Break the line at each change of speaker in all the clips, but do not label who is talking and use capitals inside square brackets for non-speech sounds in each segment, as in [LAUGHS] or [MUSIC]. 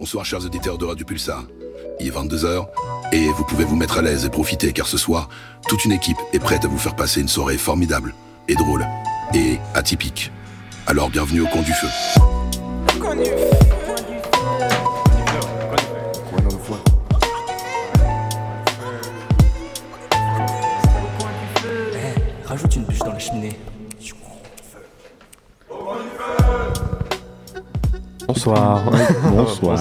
Bonsoir chers auditeurs d'Aura du Pulsar. Il est 22h et vous pouvez vous mettre à l'aise et profiter car ce soir, toute une équipe est prête à vous faire passer une soirée formidable et drôle et atypique. Alors bienvenue au Camp du Feu.
Rajoute une bûche dans la cheminée.
Bonsoir.
[LAUGHS] Bonsoir.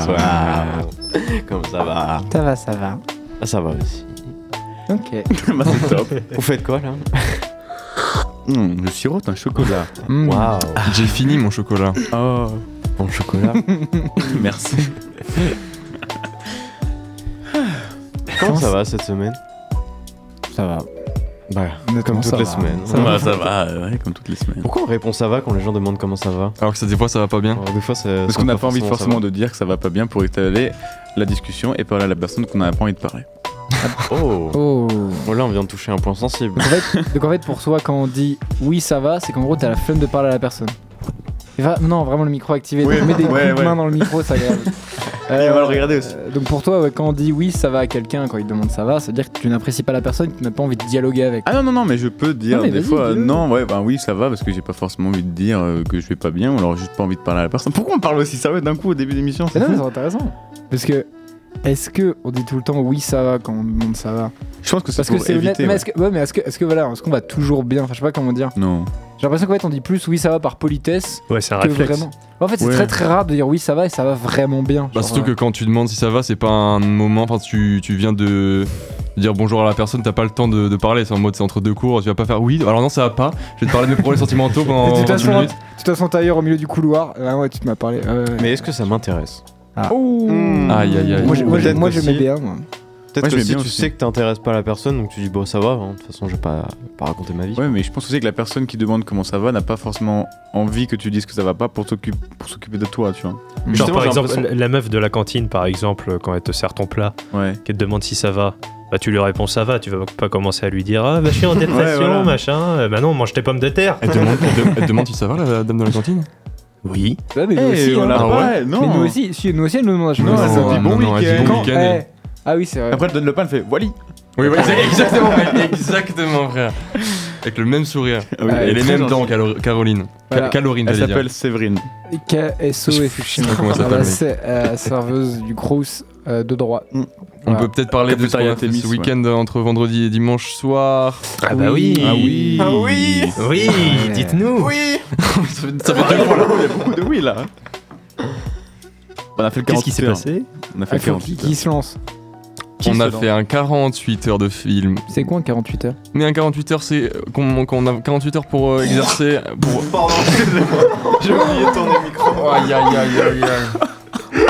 Comment ça va
Ça va, ça va.
Ah, Ça va aussi.
Ok.
[LAUGHS] Bah, c'est top.
Vous faites quoi là
Mmh, je sirote un chocolat.
Hmm. Mmh.
Waouh
Ah,
J'ai fini mon chocolat.
Oh,
Bon chocolat.
merci.
Comment ça va cette semaine
Ça va.
Bah,
Honnêtement,
comme toutes
ça
les
va.
semaines.
Ça va.
Bah, ça va, euh, ouais, comme toutes les semaines.
Pourquoi on répond ça va quand les gens demandent comment ça va
Alors que ça, des fois, ça va pas bien.
Alors, Des fois, ça-
Hein? Parce
ça
qu'on
va
n'a pas envie
ça
forcément de dire que ça va pas bien pour étaler la discussion et parler à la personne qu'on n'a pas envie de parler.
va.
[LAUGHS]
Oh
Oh.
Bon, là, on vient de toucher un point sensible.
Donc en, fait, donc en fait, pour soi, quand on dit oui, ça va, c'est qu'en gros, t'as la flemme de parler à la personne. Et va- non, vraiment le micro activé.
Oui,
donc mets des
ouais,
coups de
ouais.
main dans le micro,
[LAUGHS]
ça grave. Euh,
Et on va le regarder aussi.
donc pour toi, ouais, quand on dit oui, ça va à quelqu'un, quand il te demande ça va, ça veut dire que tu n'apprécies pas la personne, que tu n'as pas envie de dialoguer avec.
Ah non, non, non, mais je peux dire
Non, mais
des
vas-y,
fois, euh,
dis-le.
non, ouais, ben oui, ça va, parce que j'ai pas forcément envie de dire euh, que je vais pas bien, ou alors juste pas envie de parler à la personne. Pourquoi on parle aussi sérieux d'un coup au début d'émission
Mais
c'est
non, mais
fou
c'est intéressant. Parce que, est-ce que on dit tout le temps oui, ça va quand on demande ça va
Je pense que c'est
Parce que
pour
c'est honnête.
éviter.
Mais
ouais.
est-ce que, ouais, mais est-ce que, est-ce que voilà, est-ce qu'on va toujours bien Enfin, je sais pas comment dire.
Non.
J'ai l'impression qu'en fait, on dit plus oui, ça va par politesse
Ouais, c'est un
que
réflexe.
vraiment. En fait, c'est
Ouais.
très très rare de dire oui, ça va et ça va vraiment bien.
Bah,
Genre,
surtout que
euh,
quand tu demandes si ça va, c'est pas un moment. Enfin, tu, tu viens de dire bonjour à la personne, t'as pas le temps de, de parler. C'est en mode, c'est entre deux cours, tu vas pas faire oui. Alors non, ça va pas. Je vais te parler de mes problèmes sentimentaux
De
pendant
toute
10
façon,
minutes.
de toute façon, tailleur au milieu du couloir. Ah ouais, tu m'as parlé. Ouais, ouais.
Mais est-ce que ça m'intéresse
Mmh.
Aïe, aïe, aïe.
Moi, je- moi, je-
Peut-être
moi,
que
je
si-
mets bien. Moi.
Peut-être
Ouais, je
que
vais
si
bien
tu
aussi.
sais que t'intéresses pas la personne, donc tu dis bon, ça va, hein, de toute façon, je vais pas, pas raconter ma vie.
Ouais, mais je pense aussi que la personne qui demande comment ça va n'a pas forcément envie que tu dises que ça va pas pour t'occup- pour s'occuper de toi, tu vois.
Genre,
Justement,
par
j'ai
exemple,
l'impression-
la la meuf de la cantine, par exemple, euh, quand elle te sert ton plat,
Ouais.
qu'elle te demande si ça va, bah tu lui réponds ça va, tu vas pas commencer à lui dire ah bah je
[LAUGHS]
suis en dépression,
Ouais, voilà.
machin, euh, bah non, mange tes pommes de terre.
Elle te demande, elle te- elle te demande si ça va, la, la dame de la cantine
Oui.
Ouais, mais nous
Eh,
aussi.
on
hein.
l'a
Ah
pas,
ouais.
non.
Mais nous aussi, si, nous aussi, elle nous demande.
Non,
elle
elle
nous
dit
demande.
bon
non, elle dit
week-end.
bon
hein. Quand-
week-end.
eh, Ah oui, c'est vrai.
Après, elle donne le pain, elle fait Wally.
Oui, oui, c'est exactement, mec, [LAUGHS] exactement, frère. Avec le même sourire.
Ouais,
Et les
très
mêmes
gentille.
dents, Calo- Caroline.
Voilà.
Ca- Calorine,
Elle
j'allais dire.
s'appelle Séverine.
KSO
Je-
Fukushima.
je sais pas comment ça s'appelle,
Ah,
mais-
C'est euh, serveuse du Crous euh, de droit.
Mm.
On
Voilà.
peut peut-être parler de ce qu'on
Cafétéria
a fait
Thémis,
ce week-end euh, entre vendredi et dimanche soir.
Ah bah oui.
Ah oui.
Ah
oui.
Oui, dites-nous.
Oui.
ça fait ça fait deux fois.
Il y a beaucoup de oui là.
hein.
On a fait le 48
Qu'est-ce qui s'est
heures.
passé
On a fait
Ah,
le
faut
48
Qui qui se lance
On a fait un 48 heures de film.
C'est quoi un 48 heures
Mais un 48 heures, c'est euh, qu'on qu'on a 48 heures pour euh, exercer. Pour...
Oh, Pardon, excusez-moi, j'ai oublié de tourner le micro.
Aïe aïe aïe aïe aïe.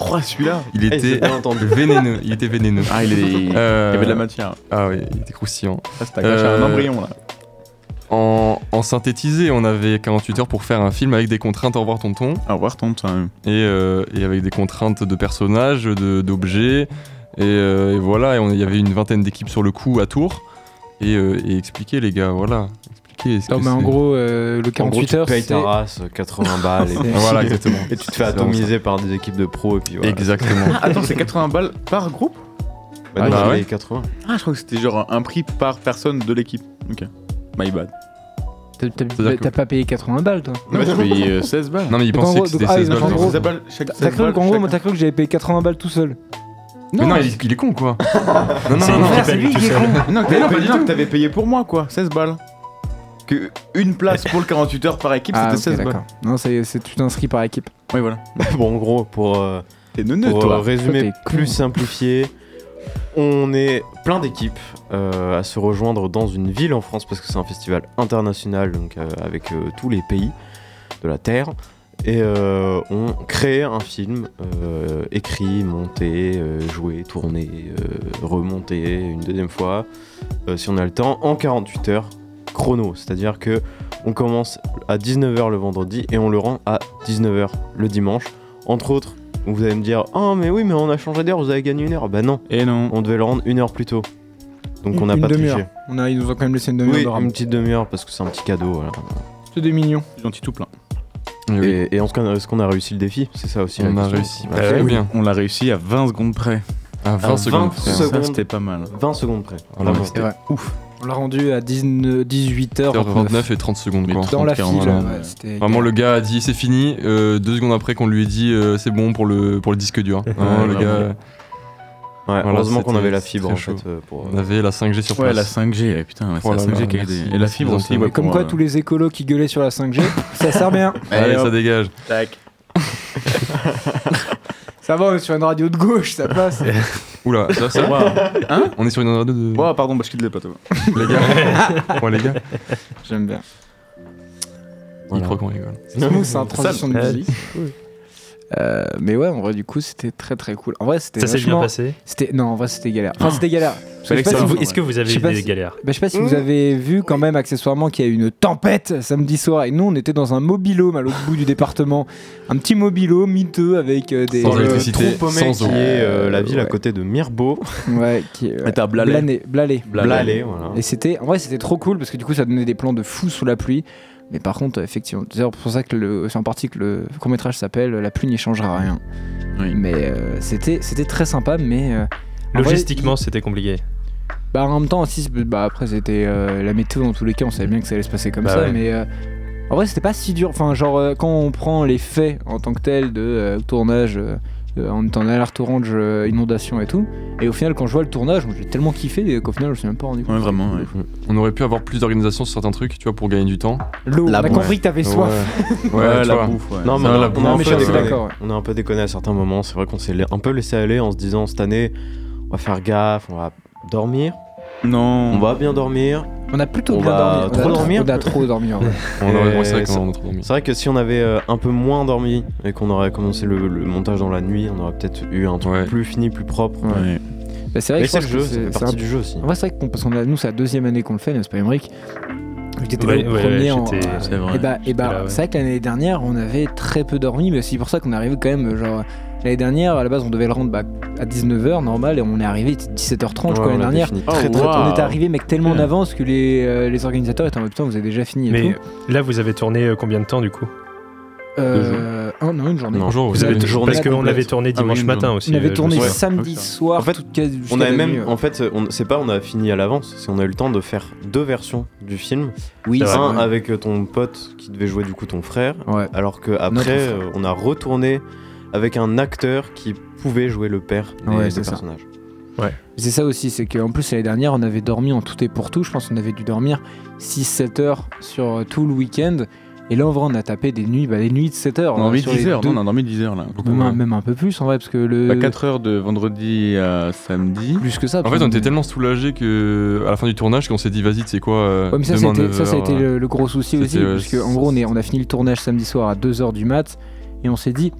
Oh celui-là.
Il
Eh, j'ai
était
bien entendu.
vénéneux. Il était vénéneux.
Ah il est.
Euh,
Il y avait de la matière.
Ah oui, il était croustillant.
Ça c'est un
euh,
embryon là.
En, en synthétisé, on avait 48 heures pour faire un film avec des contraintes. Au revoir, tonton.
Au revoir tonton.
et, euh, et avec des contraintes de personnages, de- d'objets. Et, euh, et voilà, et on- il y avait une vingtaine d'équipes sur le coup à Tours. Et, euh, et expliquez les gars, voilà. Expliquez. ce
Non,
que
mais en
c'est.
gros, euh, le
En gros,
48
tu
heures,
payes
c'est.
ta race, 80 balles,
[LAUGHS]
et, euh,
C'est-
Voilà, exactement.
et tu te fais atomiser par des équipes de pros, et puis voilà.
Exactement.
Ah, Attends c'est 80 balles par groupe.
Bah, non,
Ah
j'ai
ouais.
les 80.
Ah je crois que c'était genre un prix par personne de l'équipe. Ok. My bad.
T'as- t'as-
C'est-à-dire
T'as pas payé 80 balles, toi
Non mais j'ai payé euh, 16 balles.
non, mais ils
Donc, en
pensaient
gros,
que c'était
donc- ah,
16
donc,
balles.
en
par
gros,
exemple.
16 balles chaque.
T'as
16
cru
balles
qu'en gros,
chacun.
moi, t'as cru que j'avais payé 80 balles tout seul
Mais non, il, est- il est con quoi. non, non, non, non.
c'est lui qui est con
Non, que
Mais non,
t'avais
pas
payé-
du
non,
tout.
que t'avais payé pour moi quoi. 16 balles. Que une place pour le 48 heures par équipe c'était 16 balles.
Non, c'est c'est- tu t'inscris par équipe.
Oui voilà.
[LAUGHS] Bon, en gros, pour, euh,
T'es neuneux
pour, euh,
toi.
résumer
Toi, t'es con.
plus simplifié, on est plein d'équipes euh, à se rejoindre dans une ville en France parce que c'est un festival international, donc euh, avec euh, tous les pays de la Terre. Et euh, on crée un film euh, écrit, monté, euh, joué, tourné, euh, remonté une deuxième fois, euh, si on a le temps, en 48 heures chrono. C'est-à-dire que on commence à 19h le vendredi et on le rend à 19h le dimanche. Entre autres, vous allez me dire Oh, mais oui, mais on a changé d'heure, vous avez gagné une heure. Bah non,
Et Eh non.
on devait le rendre une heure plus tôt. Donc on n'a
Une
pas
demi-heure.
triché.
On a, ils nous ont quand même laissé une demi-heure
Oui,
de
une
rame.
petite demi-heure parce que c'est un petit cadeau. voilà.
C'est des mignons.
Gentil tout plein.
Et oui.
Et, et en tout cas, est-ce qu'on a réussi le défi C'est ça aussi. la
on a
question.
réussi.
On a
Bah
Très
fait
oui.
bien.
On l'a réussi à 20 secondes près.
À 20 secondes.
20
Ça,
frère.
secondes.
C'était pas mal.
20 secondes près.
Voilà,
Vraiment.
c'est vrai. On l'a rendu à 18h29.
29 et 30 secondes.
Mais
Quoi.
Dans la
30,
file.
voilà.
ouais, c'était-
Vraiment, le gars a dit c'est fini. euh, deux secondes après qu'on lui ait dit euh, c'est bon pour le, pour le disque dur. Vraiment,
Ouais,
le gars,
vraiment.
Ouais,
Voilà,
heureusement qu'on
c'était-
avait la
c'était
fibre en
très
fait. euh, pour,
on avait la 5G sur
Ouais,
place.
la 5G, eh, putain, ouais, c'est
Oh là
la 5G
là,
qui a
merci.
aidé. Et la fibre aussi, ouais,
Comme
pour,
quoi,
euh,
tous les écolos qui gueulaient sur
[LAUGHS]
la 5G, ça sert bien.
Allez,
Allez,
ça
hop.
dégage.
Tac.
Ça va, on est sur une radio de gauche, ça passe.
[LAUGHS] Oula, ça, ça
Hein
On est sur une radio de.
Oh, pardon, bah, je quitte le plateau.
Les [LAUGHS] gars. ouais, les gars.
J'aime bien.
Il
Voilà.
croit qu'on rigole.
C'est smooth, c'est un transition de
Ouais.
musique. Euh, mais ouais, en vrai, du coup, c'était très très cool. En vrai, c'était
Ça s'est bien
vachement-
passé.
C'était non, en vrai, c'était galère. Enfin, c'était galère. Je sais pas
que
si
ça
vous-
avance,
Est-ce que vous avez
Je
eu
sais pas
des
si-
galères
Bah, je sais pas si vous avez vu quand même accessoirement qu'il y a eu une tempête samedi soir et nous on était dans un mobilhome à l'autre bout du département, un petit mobilhome miteux avec euh, des
Sans
euh,
électricité,
Trou paumé,
sans eau.
qui est euh, la ville à
Ouais.
côté de Mirbeau.
ouais qui euh,
t'as
Blanay, Blalay.
Blalé, voilà.
Et c'était en vrai c'était trop cool parce que du coup ça donnait des plans de fou sous la pluie. Mais par contre effectivement c'est pour ça que le- c'est en partie que le court métrage s'appelle La pluie n'y changera rien.
Oui.
Mais euh, c'était c'était très sympa mais euh, en vrai,
Logistiquement, c'était compliqué.
Bah en même temps aussi, c'est- bah après c'était euh, la météo dans tous les cas, on savait bien que ça allait se passer comme
Bah
ça,
ouais.
mais euh, en vrai c'était pas si dur. Enfin genre euh, quand on prend les faits en tant que tel de euh, tournage, euh, euh, on est en alerte orange, euh, inondation et tout, et au final quand je vois le tournage, moi, j'ai tellement kiffé qu'au final je me suis même pas rendu compte.
Ouais, vraiment, ouais.
On aurait pu avoir plus d'organisation sur certains trucs, tu vois, pour gagner du temps.
L'eau, on
La
a
bouffe.
compris que t'avais soif.
Ouais,
Ouais,
tu
la
vois.
bouffe, ouais.
Non, mais
Ça,
on,
la
a-
bouffe,
on a un
mais
peu
je suis
déconné.
d'accord, ouais.
On a un peu déconné à certains moments. C'est vrai qu'on s'est la- un peu laissé aller en se disant cette année, on va faire gaffe, on va dormir,
Non.
on va bien dormir.
On a plutôt
On
bien
va
dormi. on a
trop
trop-
dormir.
On a trop
[LAUGHS]
dormi. en vrai.
On aurait
Et
pensé
ça-
qu'on a trop dormi.
C'est vrai que si on avait euh, un peu moins dormi et qu'on aurait commencé le, le montage dans la nuit, on aurait peut-être eu un truc
Ouais.
plus fini, plus propre.
Ouais.
Ouais.
Bah, c'est vrai
Mais
que
c'est le
je pense que
jeu, ça fait
c'est- c'est un
partie du jeu aussi.
En vrai, c'est vrai qu'on, parce qu'on a, nous, c'est la deuxième année qu'on le fait, n'est-ce pas, Emmerich J'étais
Ouais,
le
ouais,
premier en.
j'étais-
C'est vrai.
Et bah, et bah
j'étais là, ouais.
c'est vrai que l'année dernière, on avait très peu dormi, mais c'est pour ça qu'on est arrivé quand même, genre. L'année dernière, à la base, on devait le rendre bah, à 19h, normal, et on est arrivé, il était 17h30, je crois, l'année dernière.
Oh,
Oh,
très, très
On
Ah.
était arrivé, mec, tellement en
Ouais.
avance que les, euh, les organisateurs étaient en mode putain, vous avez déjà fini et
Mais
tout.
là, vous avez tourné euh, combien de temps du coup
Euh, un, non, une journée.
Non.
Bonjour,
Vous avez
une
t-
journée
Parce qu'on
complète.
avait tourné
Ah oui,
dimanche
une
matin
journée.
aussi.
On
euh,
avait
je
tourné
me souviens.
samedi
Ah, oui, ça.
soir,
En fait,
toute quasi- jusqu'à
On avait
la
même,
nuit, ouais.
en fait, on, c'est pas on a fini à l'avance, c'est on a eu le temps de faire deux versions du film.
Oui,
C'est
c'est
un
vrai.
avec euh, ton pote qui devait jouer du coup ton frère,
Ouais.
alors que
Notre
après
frère.
euh, on a retourné avec un acteur qui pouvait jouer le père des,
Ouais,
des
c'est ça.
personnages.
C'est ça aussi, c'est qu'en plus l'année dernière, on avait dormi en tout et pour tout. Je pense qu'on avait dû dormir 6-7 heures sur euh, tout le week-end. Et là, en vrai, on a tapé des nuits, bah, les nuits de 7 heures.
On a dormi
sur les
10 heures,
deux-
non, on a dormi 10 heures là.
même, un, même un peu plus en vrai, parce que le.
Pas 4 heures de vendredi à samedi.
Plus que ça.
Bah, En
parce
fait, on
qu'on-
était tellement soulagés que à la fin du tournage qu'on s'est dit vas-y, tu sais quoi euh,
Ouais, mais ça,
demain,
c'était- ça,
9
ça a été
heures,
le, le gros souci
euh, C'était, euh,
aussi,
ouais,
parce que en gros, on, est, on a fini le tournage samedi soir à 2h du mat, et on s'est dit,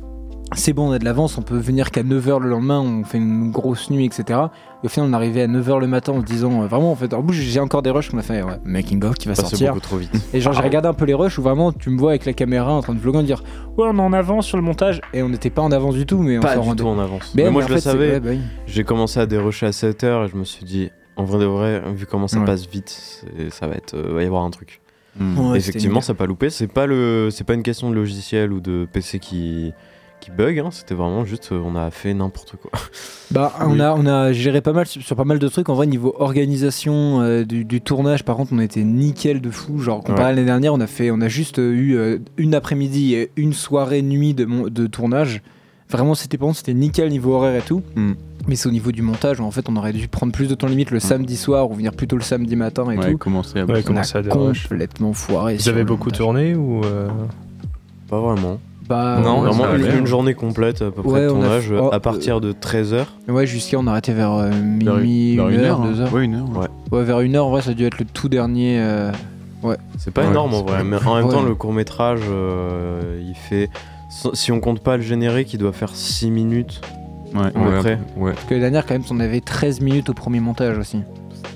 c'est bon, on a de l'avance, on peut venir qu'à 9h le lendemain, on fait une grosse nuit, etc. Et au final, on est arrivé à 9h le matin en se disant, euh, vraiment, en fait, en plus, j'ai encore des rushs qu'on a fait, ouais, making of qui va
Bah,
Passait
sortir.
beaucoup trop vite.
Et genre, j'ai regardé un peu les rushs où vraiment, tu me vois avec la caméra en train de vlogger, dire, ouais, on est en avance sur le montage, et on n'était pas en avance du tout, mais on
Pas
s'en
du
rendait
tout en avance.
Mais,
Mais, moi
mais en
je le
fait, c'est-
savais.
ouais, bah oui.
J'ai commencé à dérocher à 7 heures et je me suis dit en vrai de vrai vu comment ça
Ouais.
passe vite, c'est- ça va être euh, va y avoir un truc.
Hmm.
Ouais, c'était
Effectivement,
une-
ça n'a pas loupé. C'est pas le c'est pas une question de logiciel ou de PC qui qui bug. hein. C'était vraiment juste euh, on a fait n'importe quoi. [LAUGHS]
Bah, on, a, on a géré pas mal sur, sur pas mal de trucs. En vrai, niveau organisation euh, du, du tournage, par contre, on était nickel de fou. Genre, comparé à l'année dernière, on a, fait, on a juste euh, eu euh, une après-midi et une soirée nuit de, mon- de tournage. Vraiment, c'était par contre, c'était nickel niveau horaire et tout.
Mm.
Hmm.
Mais c'est au niveau du montage où en fait, on aurait dû prendre plus de temps limite le samedi soir ou venir plus tôt le samedi matin et
Ouais,
tout.
commencer à
Ouais,
bosser.
On
commencer à
a
des rushs.
complètement foiré.
Vous
sur
avez
le
beaucoup
montage.
tourné ou euh,
Pas vraiment.
Bah,
Non,
ouais,
Vraiment
ça
une,
allait.
une journée complète à peu près
Ouais,
de
on a
tournage
fait- oh,
à partir de 13h.
Ouais, jusqu'à on a arrêté vers euh,
Vers
minuit,
vers
une heure,
hein.
deux heures.
Ouais, une heure.
Ouais, vers une heure, en vrai, ça a dû être le tout dernier. euh,
C'est pas
Ouais,
énorme en vrai, mais en même
Ouais.
temps le court métrage euh, il fait... Si on compte pas le générique, il doit faire 6 minutes
Ouais.
à peu
Ouais.
près.
Ouais.
Parce que la dernière, quand même, on avait 13 minutes au premier montage aussi.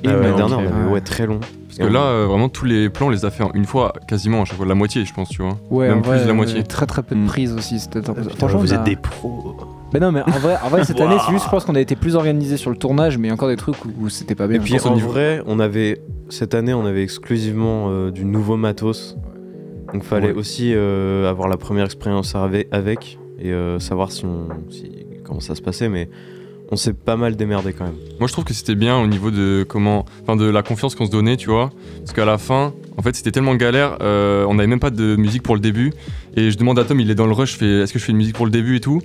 Et
Ah ouais,
La
ok.
dernière, on avait
Ouais.
ouais, très long.
Parce que là, euh, vraiment, tous les plans, on les a fait en une fois, quasiment à chaque fois, la moitié, je pense, tu vois.
Ouais,
Même
en
plus
vrai,
de la
euh,
moitié.
Très très peu de
Mm.
prises aussi. C'était Euh, franchement,
Vous
on
êtes
a-
des pros.
Mais non, mais en vrai, en vrai cette année, c'est juste, je pense qu'on a été plus organisé sur le tournage, mais il y a encore des trucs où, où c'était pas bien.
Et puis
pense au
en
niveau-
vrai, on avait... Cette année, on avait exclusivement euh, du nouveau matos. Donc fallait
Ouais.
aussi euh, avoir la première expérience ave- avec et euh, savoir si on, si- comment ça se passait, mais on s'est pas mal démerdé quand même.
Moi, je trouve que c'était bien au niveau de comment, enfin, de la confiance qu'on se donnait, tu vois. Parce qu'à la fin, en fait, c'était tellement galère. euh, on n'avait même pas de musique pour le début. Et je demande à Tom, il est dans le rush, je fais, est-ce que je fais une musique pour le début et tout.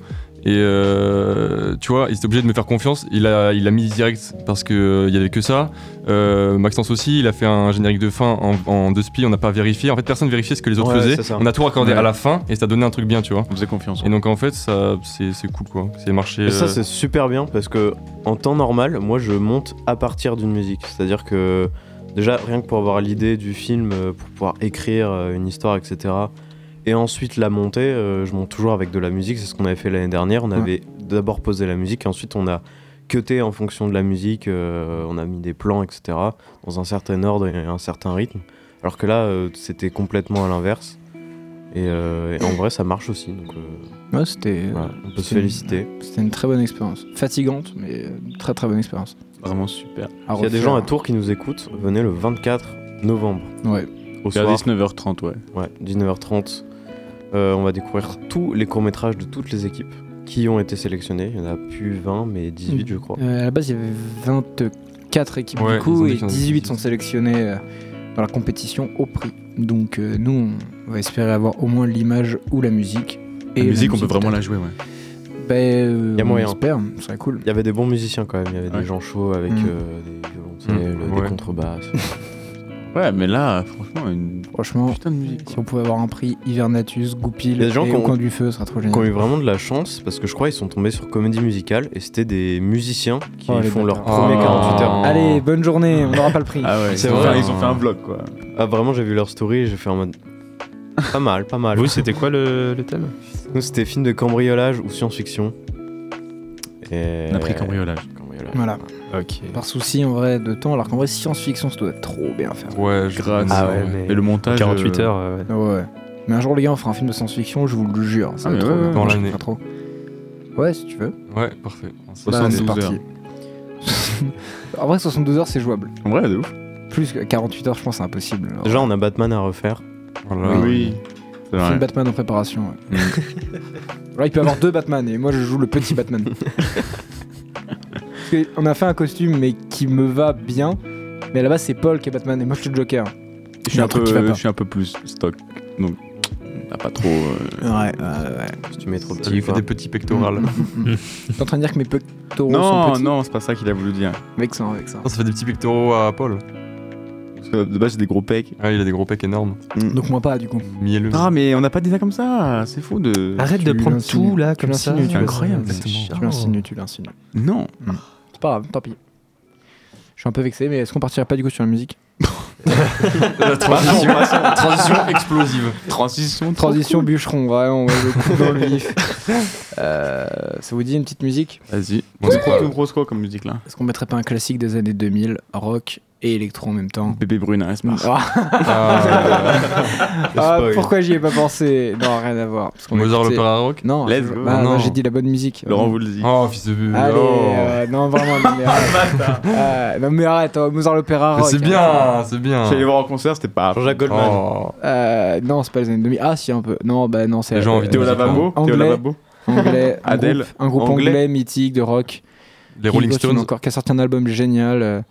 Et euh, tu vois, il était obligé de me faire confiance. Il a, il a mis direct parce que euh, il y avait que ça. Euh, Maxence aussi, il a fait un générique de fin en, en deux spies. On n'a pas vérifié. En fait, personne vérifiait ce que les autres
Ouais,
faisaient.
c'est ça.
On a tout raccordé
Ouais.
à la fin et ça donnait un truc bien, tu vois.
On faisait confiance.
Et donc en fait, ça, c'est c'est cool quoi. C'est marché.
Et ça
euh,
c'est super bien parce que en temps normal, moi je monte à partir d'une musique, c'est-à-dire que déjà rien que pour avoir l'idée du film, euh, pour pouvoir écrire euh, une histoire, etc. Et ensuite la monter, euh, je monte toujours avec de la musique. C'est ce qu'on avait fait l'année dernière. On
Ouais.
avait d'abord posé la musique et ensuite on a cuté en fonction de la musique. euh, on a mis des plans, etc. Dans un certain ordre et un certain rythme. Alors que là, euh, c'était complètement à l'inverse. Et, euh, et en vrai, ça marche aussi. Donc euh,
Ouais, c'était
voilà, on peut se
c'est une-
féliciter.
c'était une très bonne expérience. Fatigante, mais euh, très très bonne expérience.
Vraiment super.
À
S'il y a des
refaire.
gens à Tours qui nous écoutent, venez le 24 novembre
Ouais.
au
Vers
soir,
19h30, ouais.
ouais, 19h30. Euh, on va découvrir tous les courts-métrages de toutes les équipes qui ont été sélectionnés. Il y en a plus 20, mais 18, je crois.
Euh, à la base, il y avait 24 équipes
Ouais,
du coup
ils ont dit qu'ils en
et
avaient
18
18.
sont sélectionnées euh, dans la compétition au prix. Donc euh, nous, on va espérer avoir au moins l'image ou la musique. Et
la musique, on peut vraiment
peut-être.
la jouer, ouais.
Ben, euh,
Y a
on
moyen.
espère, ce serait cool.
Il y avait des bons musiciens quand même. Il y avait
Ouais.
des gens chauds avec
Mm.
euh, des violoncelles,
Mm,
des
ouais.
contrebasses.
Ouais, mais là, franchement, une
Franchement,
putain de musique.
si on pouvait avoir un prix Hivernatus, Goupil,
hein. Y a des gens
et
qui
au
ont-
coin du feu, ce serait trop
qui ont eu
génial.
vraiment de la chance parce que je crois ils sont tombés sur comédie musicale et c'était des musiciens qui
Oh, les
font leur
bâtards.
premier
Oh.
48 heures.
Oh.
Allez, bonne journée, on n'aura pas le prix.
Ah ouais,
C'est
ils ont
vrai.
fait- ils ont fait un vlog, quoi.
Ah vraiment j'ai vu leur story et j'ai fait en mode pas mal, pas
Ah,
mal.
Vous, c'était quoi le, le thème
Nous, c'était film de cambriolage ou science-fiction. Et...
On a pris cambriolage.
cambriolage.
Voilà,
Ok.
par souci en vrai de temps, alors qu'en vrai, science-fiction, ça doit être trop bien faire.
Ouais, je
Grâce.
Ah ouais, mais-
Et le montage.
48
euh,
heures, euh, ouais.
Ouais. Mais un jour, les gars, on fera un film de science-fiction, je vous le jure.
Ah,
Ça va
mais
être
ouais,
trop bien.
ouais,
dans
Moi, je
l'année.
kifferais trop. Ouais, si tu veux.
Ouais, parfait. On se-
Bah,
Bah, c'est
72
parti. [LAUGHS] en vrai, 72 heures, c'est jouable.
En vrai, de ouf.
Plus que 48 heures, je pense, c'est impossible. Alors,
Déjà, on a Batman à refaire.
Voilà.
C'est
film
vrai.
Batman en préparation. Ouais.
Mm.
[LAUGHS] Là, il peut y avoir deux Batman et moi, je joue le petit
[LAUGHS]
Batman. Parce que on a fait un costume, mais qui me va bien. Mais là-bas, c'est Paul qui est Batman et moi, je suis le Joker.
Je
Il y
suis
a
un
un truc qui va
peu- euh,
pas.
je suis un peu plus stock. Donc, t'as pas trop. euh,
Ouais, ouais, ouais.
Si tu mets trop
Ça
petit.
lui Ah, fait
quoi.
des petits
Mm,
pectorales.
[LAUGHS]
T'es en train de dire que mes pectoraux sont
Non,
petits
non, c'est pas ça qu'il a voulu dire.
Vexant, vexant.
Non, ça fait des petits pectoraux à Paul.
Parce que de base, j'ai des gros pecs.
Ah, il a des gros pecs énormes.
Donc, moi, pas, du coup.
Mielleux.
Ah, mais on n'a pas dit ça comme ça. C'est fou de.
Arrête
Tu
de prendre
l'insinues.
tout là
Tu
comme ça.
l'insinues, tu
Incroyable.
l'insinues.
Exactement.
Tu l'insinues, tu l'insinues.
Non.
C'est pas grave, tant pis. Je suis un peu vexé, mais est-ce qu'on partirait pas du coup sur la musique
La transition, transition explosive.
Transition.
Transition bûcheron, vraiment, on va le coup dans le vif.
[LAUGHS]
Euh, ça vous dit une petite musique
Vas-y.
Bon, c'est
Quoi
quoi
nous grosse quoi comme musique là
Est-ce qu'on mettrait pas un classique des années 2000, rock et électro en même temps
Bébé Bruna, c'est marche.
ah, [LAUGHS]
Ah,
ah,
spoil.
pourquoi j'y ai pas pensé Non, rien à voir. parce qu'on
Mozart
écoutait-
l'opéra rock.
Non,
Let's
je-
go.
bah,
Ah,
non,
non.
j'ai dit la bonne musique.
Laurent vous le dit.
Oh, fils de bu.
Allez,
oh.
euh, non, vraiment, non, mais arrête. Ah, non, mais arrête, oh, Mozart l'opéra
Mais
rock.
c'est
hein.
bien, c'est
Je
bien.
suis allé voir en concert, c'était pas.
Jean-Jacques Goldman.
Oh.
Euh, non, c'est pas les années 2000. Ah, si, un peu. Non, bah non, c'est.
Les gens ont envie de
Théo
Ouais,
Lavabo Théo
Anglais.
Lavabo
anglais, un
[LAUGHS] Adèle,
groupe, un groupe
anglais.
anglais. mythique de rock.
Les
qui
Rolling
continue
Stones.
encore, qui a sorti un album génial. euh,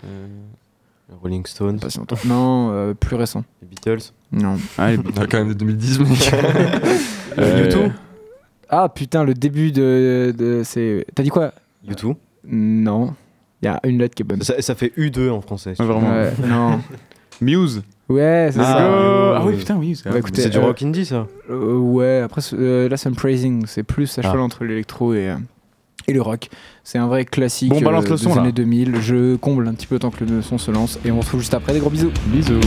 Rolling Stones,
pas
[LAUGHS]
si longtemps. non, euh, plus récent.
les Beatles.
Non.
Allez,
Ah, quand même de 2010, mec.
[LAUGHS]
Euh, YouTube
Ah putain, le début de, de c'est. T'as dit quoi
YouTube.
Non. Il y a une lettre qui est bonne.
Ça, ça fait U2 en français.
Ah, vraiment.
Ouais, non.
[LAUGHS] Muse
Ouais, c'est
Let's
ça.
go Ah oui, putain, oui, c'est
Bah,
vrai.
écoutez,
C'est du
euh,
rock indie, ça.
Euh, ouais, après c'est- euh, là, c'est un praising. C'est plus à
Ah.
cheval entre l'électro et. euh, Et le rock, c'est un vrai classique
Bon, balance
euh,
le
des
son, là.
années 2000. Je comble un petit peu tant que le son se lance et on se retrouve juste après. Des gros bisous.
Bisous.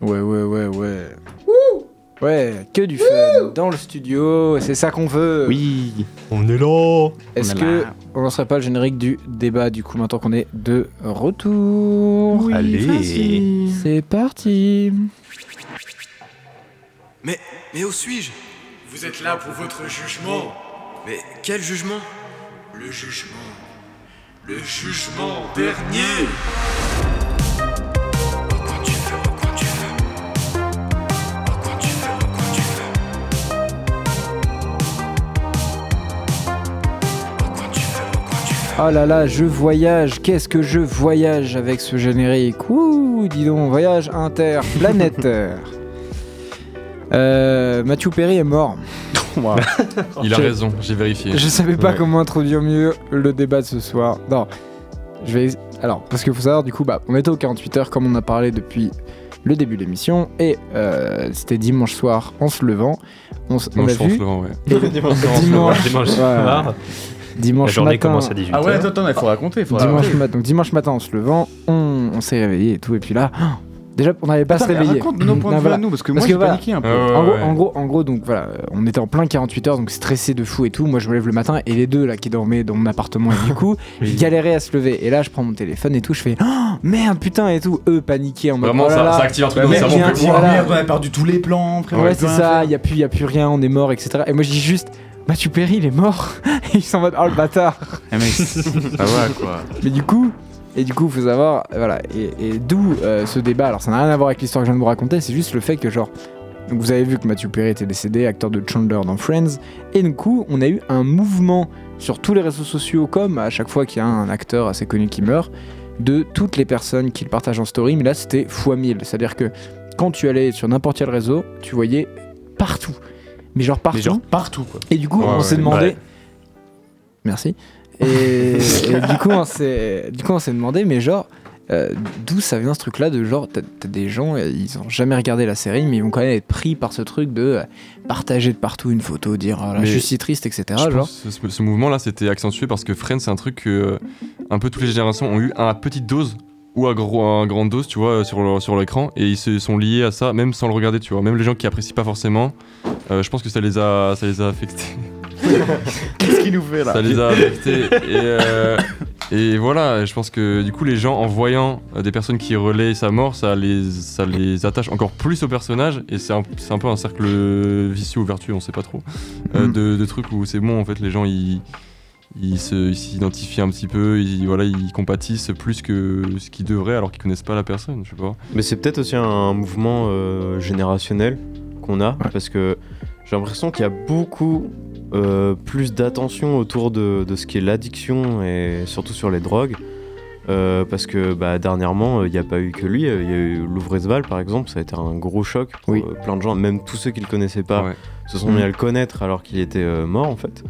Ouais, ouais, ouais, ouais. Ouais, que du fun dans le studio, c'est ça qu'on veut.
Oui.
On est là
Est-ce
on est
que
là.
on lancerait pas le générique du débat du coup maintenant qu'on est de retour
Allez.
C'est parti.
Mais, mais où suis-je Vous êtes là pour votre jugement. Mais quel jugement Le jugement. Le jugement dernier. Quand tu veux, quand tu veux. Quand tu veux, quand tu veux. Quand tu veux, quand tu veux.
Oh là là, je voyage. Qu'est-ce que je voyage avec ce générique Ouh, dis donc, voyage interplanétaire. Euh, Mathieu Perry est mort.
Il a
Je-
raison, j'ai vérifié.
Je savais pas
Ouais.
comment introduire mieux le débat de ce soir. Non, je vais. Alors, parce qu'il faut savoir, du coup, bah, on était aux 48 heures, comme on a parlé depuis le début de l'émission, et euh, c'était dimanche soir en se levant. On, s- on
Non,
a
je pense
vu Bah,
le vent, ouais.
[LAUGHS] dimanche,
Dimanche
ouais,
soir, la
dimanche
journée
matin.
commence à 18h.
Ah ouais, attends, attends, il faut raconter. Faut
Dimanche
raconter.
matin, donc dimanche matin en se levant, on, on s'est réveillé et tout, et puis là, [GASPS] déjà on n'avait pas à se
Attends, mais
réveiller.
Raconte nos points de
Non,
vue
voilà.
à nous, parce que
Parce
moi
que
j'ai
voilà.
paniqué un peu.
Ouais, ouais,
en, gros,
ouais.
en, gros, en gros, donc voilà, euh, on était en plein 48 heures, donc stressé de fou et tout. Moi, je me lève le matin et les deux là qui dormaient dans mon appartement
[LAUGHS]
et du coup,
Oui.
galéraient à se lever. Et là, je prends mon téléphone et tout, je fais [GASPS] oh, merde putain et tout. Eux paniqués en mode
Vraiment,
oh là
ça,
là.
ça active un truc
Bah,
dans le
mec,
cerveau.
j'ai un
que-
petit-
Ouah,
voilà.
merde, on avait perdu tous les plans, frère. on
Ouais,
avait
c'est
plus rien
ça,
fait.
il n'y a, plus- y a plus rien, on est mort, etc. Et moi, je dis juste, Mathieu Perry, il est mort. [LAUGHS] et ils sont en mode oh le bâtard.
Ah, [LAUGHS] mec, ça va quoi.
Mais du coup, et du coup, faut savoir, euh, voilà, et, et d'où euh, ce débat. Alors, ça n'a rien à voir avec l'histoire que je viens de vous raconter, c'est juste le fait que, genre, donc vous avez vu que Matthew Perry était décédé, acteur de Chandler dans Friends, et du coup, on a eu un mouvement sur tous les réseaux sociaux, comme à chaque fois qu'il y a un acteur assez connu qui meurt, de toutes les personnes qui le partagent en story, mais là, c'était fois 1000. C'est-à-dire que quand tu allais sur n'importe quel réseau, tu voyais partout. Mais genre partout.
Mais genre partout quoi.
Et du coup,
Ouais,
on s'est
ouais.
demandé.
Ouais.
Merci. Et, et du coup, on s'est, du coup, on s'est demandé, mais genre, euh, d'où ça vient ce truc-là de genre, t'as, t'as des gens, euh, ils ont jamais regardé la série, mais ils vont quand même être pris par ce truc de euh, partager de partout une photo, dire Ah là, je
Mais
suis si triste, etc.
Je pense
genre.
que ce, ce mouvement-là, c'était accentué parce que Friends, c'est un truc que euh, un peu toutes les générations ont eu à petite dose ou à, gros, à grande dose, tu vois, euh, sur, le- sur l'écran. Et ils se sont liés à ça, même sans le regarder, tu vois. Même les gens qui apprécient pas forcément, euh, je pense que ça les a, ça les a affectés.
Qu'est-ce qu'il nous fait là
Ça les a affectés. et, euh, et voilà, je pense que du coup, les gens, en voyant euh, des personnes qui relaient sa mort, ça les, ça les attache encore plus au personnage. Et c'est un, c'est un peu un cercle vicieux ou vertueux, on sait pas trop. euh,
Hmm.
Mm.
de, de trucs où c'est bon, en fait, les gens ils. Ils se- ils s'identifient un petit peu, ils, voilà, ils compatissent plus que ce qu'ils devraient alors qu'ils connaissent pas la personne, je sais pas.
Mais c'est peut-être aussi un mouvement euh, générationnel qu'on a, parce que j'ai l'impression qu'il y a beaucoup euh, plus d'attention autour de, de ce qui est l'addiction et surtout sur les drogues. Euh, parce que bah, dernièrement, euh, il n'y a pas eu que lui, euh, il y a eu Louvresval par exemple, ça a été un gros choc pour
Oui.
euh, plein de gens, même tous ceux qui ne le connaissaient pas
Ouais.
se sont mis à le connaître alors qu'il était euh, mort en fait.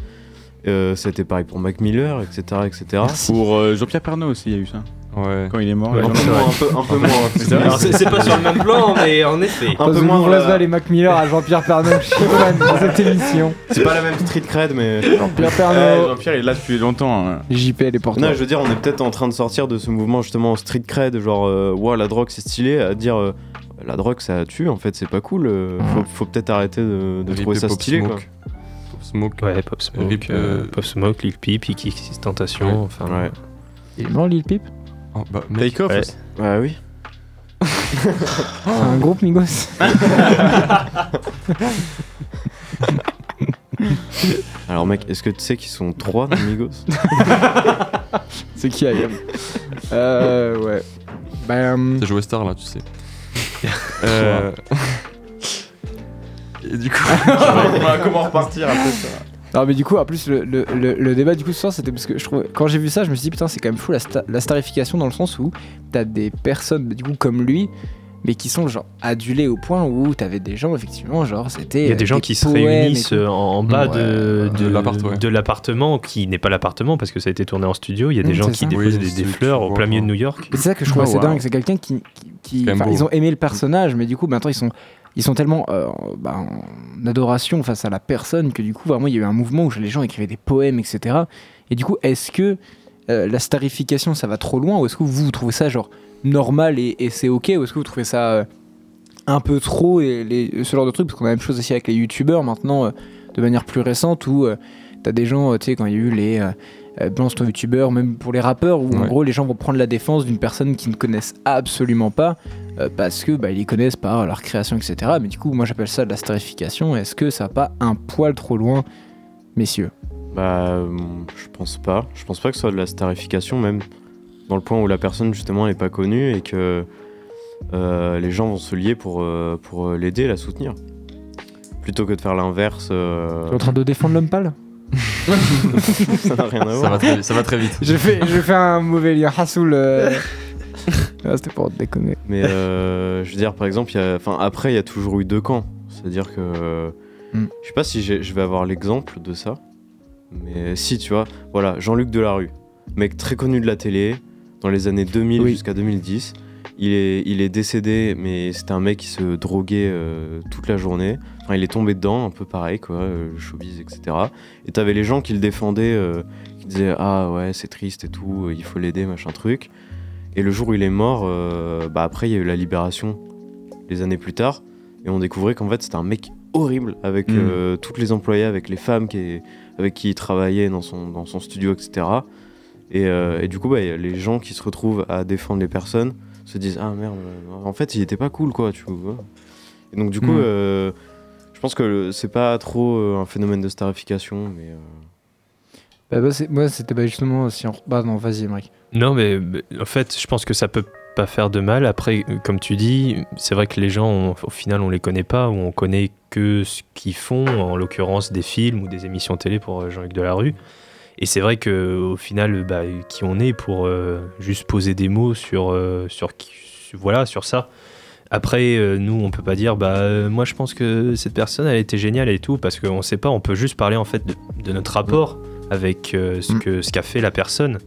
Euh, C'était pareil pour Mac Miller, etc. etc.
Pour euh, Jean-Pierre Pernaut aussi, il y a eu ça.
Ouais.
Quand il est mort,
Ouais,
les gens-
c'est vrai.
Un peu, un peu moins.
vrai.
C'est-
c'est pas sur le
même plan, mais en effet.
un peu
Pose
moins.
Louvre
voilà.
Lasval et Mac Miller à Jean-Pierre Pernaut, je suis fan de cette émission.
C'est pas la même street cred, mais.
Jean-Pierre
Ouais,
Pernaut,
Eh, Jean-Pierre il est là depuis longtemps. [LAUGHS] hein.
JP, elle est pour toi.
Non, je veux dire, on est peut-être en train de sortir de ce mouvement justement street cred, genre, euh, Ouah, la drogue c'est stylé, à dire euh, la drogue ça tue, en fait c'est pas cool, euh, faut, faut peut-être arrêter de, de
Rip
trouver
et
ça
Pop
stylé quoi.
Smoke. Pop Smoke.
Ouais, Pop Smoke,
Rip,
euh,
euh,
Pop Smoke, Lil Peep, Iki Tentation,
Ouais.
enfin...
Ouais.
Il est mort, Lil Peep
Oh, bah, mec,
Take off
Ouais.
aussi.
Bah oui.
C'est un groupe, Migos
Alors mec, est-ce que tu sais qu'ils sont trois dans
[LAUGHS]
Migos
C'est qui, Ayam Euh, ouais. Bah, hum,
C'est joué star là, tu sais. Euh, Et du coup,
Comment repartir après ça
Non mais du coup en plus le, le- le- le débat du coup ce soir c'était parce que je trouve quand j'ai vu ça je me suis dit putain c'est quand même fou la, sta- la starification dans le sens où t'as des personnes du coup comme lui mais qui sont genre adulées au point où t'avais des gens effectivement genre c'était euh,
Il y a des gens qui se réunissent euh, en bas
Ouais,
de,
de l'appart, ouais.
de l'appartement, qui n'est pas l'appartement parce que ça a été tourné en studio. Il y a
Mm,
des gens
c'est
qui
ça.
déposent
Oui,
des,
c'est-
des fleurs
tu
au
vois,
plein milieu de
ouais.
New York.
c'est ça que je trouve
Oh,
assez
wow.
dingue c'est quelqu'un qui, qui- qui-
C'est quand même
enfin,
beau.
ils ont aimé le personnage mais du coup maintenant ils sont ils sont tellement euh, bah, en adoration face à la personne que du coup vraiment il y a eu un mouvement où les gens écrivaient des poèmes etc et du coup est-ce que euh, la starification ça va trop loin ou est-ce que vous, vous trouvez ça genre normal et, et c'est ok ou est-ce que vous trouvez ça euh, un peu trop et les- ce genre de truc, parce qu'on a la même chose aussi avec les youtubeurs maintenant, euh, de manière plus récente, où euh, t'as des gens, euh, tu sais, quand il y a eu les. euh, euh, Blanche ton youtubeur, même pour les rappeurs, où en
Ouais.
gros les gens vont prendre la défense d'une personne qu'ils ne connaissent absolument pas, euh, parce que bah, ils les connaissent par leur création, etc. Mais du coup, moi j'appelle ça de la starification. Est-ce que ça va pas un poil trop loin, messieurs
Bah, euh, je pense pas. Je pense pas que ce soit de la starification, même dans le point où la personne justement n'est pas connue et que euh, les gens vont se lier pour, euh, pour euh, l'aider, la soutenir. Plutôt que de faire l'inverse, euh,
T'es en train de défendre l'homme pâle
[LAUGHS] ça n'a rien à
Ça va,
voir.
très, ça va très vite.
Je fais, je fais un mauvais lien. Hassoul. euh. [LAUGHS] Ah, C'était pour te déconner.
Mais euh, je veux dire, par exemple, il y a- enfin, après, il y a toujours eu deux camps. C'est-à-dire que. euh,
Mm.
Je sais pas si j'ai- je vais avoir l'exemple de ça. Mais si, tu vois, voilà, Jean-Luc Delarue, mec très connu de la télé, dans les années 2000
Oui.
jusqu'à 2010. Il est, il est décédé, mais c'était un mec qui se droguait euh, toute la journée. Enfin, il est tombé dedans, un peu pareil, quoi, euh, le showbiz, etc. Et t'avais les gens qui le défendaient, euh, qui disaient Ah ouais, c'est triste et tout, euh, il faut l'aider, machin truc. Et le jour où il est mort, euh, bah après, il y a eu la libération les années plus tard. Et on découvrait qu'en fait, c'était un mec horrible avec
Mm.
euh, toutes les employées, avec les femmes qui, avec qui il travaillait dans son, dans son studio, etc. Et, euh, et du coup, bah, y a les gens qui se retrouvent à défendre les personnes se disent Ah merde, euh, en fait, il était pas cool, quoi, tu vois. Et donc, du coup,
Mm.
euh, je pense que le- c'est pas trop euh, un phénomène de starification, mais. euh,
Bah, bah, c'est- moi, c'était bah, justement. Si on... Bah non, vas-y, Mike.
Non, mais mais, en fait, je pense que ça peut pas faire de mal. Après, euh, comme tu dis, c'est vrai que les gens, on- au final, on les connaît pas ou on connaît que ce qu'ils font, en l'occurrence des films ou des émissions télé pour euh, Jean-Luc Delarue. Et c'est vrai que au final, euh, bah, qui on est pour euh, juste poser des mots sur, euh, sur, qui- sur- voilà, sur ça. Après, euh, nous, on peut pas dire, bah, euh, moi, je pense que cette personne, elle était géniale et tout, parce qu'on sait pas. On peut juste parler en fait de, de notre rapport avec euh, ce
Mm.
que ce qu'a fait la personne.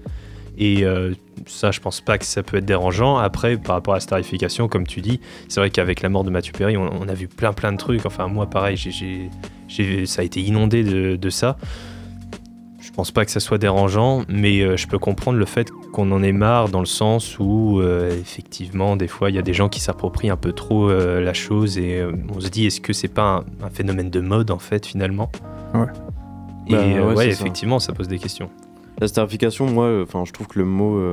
Et euh, ça, je pense pas que ça peut être dérangeant. Après, par rapport à la starification, comme tu dis, c'est vrai qu'avec la mort de Mathieu Perry, on, on a vu plein plein de trucs. Enfin, moi, pareil, j'ai- j'ai- j'ai- ça a été inondé de, de ça. Je pense pas que ça soit dérangeant, mais euh, je peux comprendre le fait qu'on en ait marre dans le sens où, euh, effectivement, des fois, il y a des gens qui s'approprient un peu trop euh, la chose et euh, on se dit, est-ce que c'est pas un, un phénomène de mode, en fait, finalement
Ouais.
Et
Bah,
euh,
ouais,
ouais,
c'est ça.
effectivement, ça pose des questions.
La starification, moi, enfin, je trouve que le mot, euh,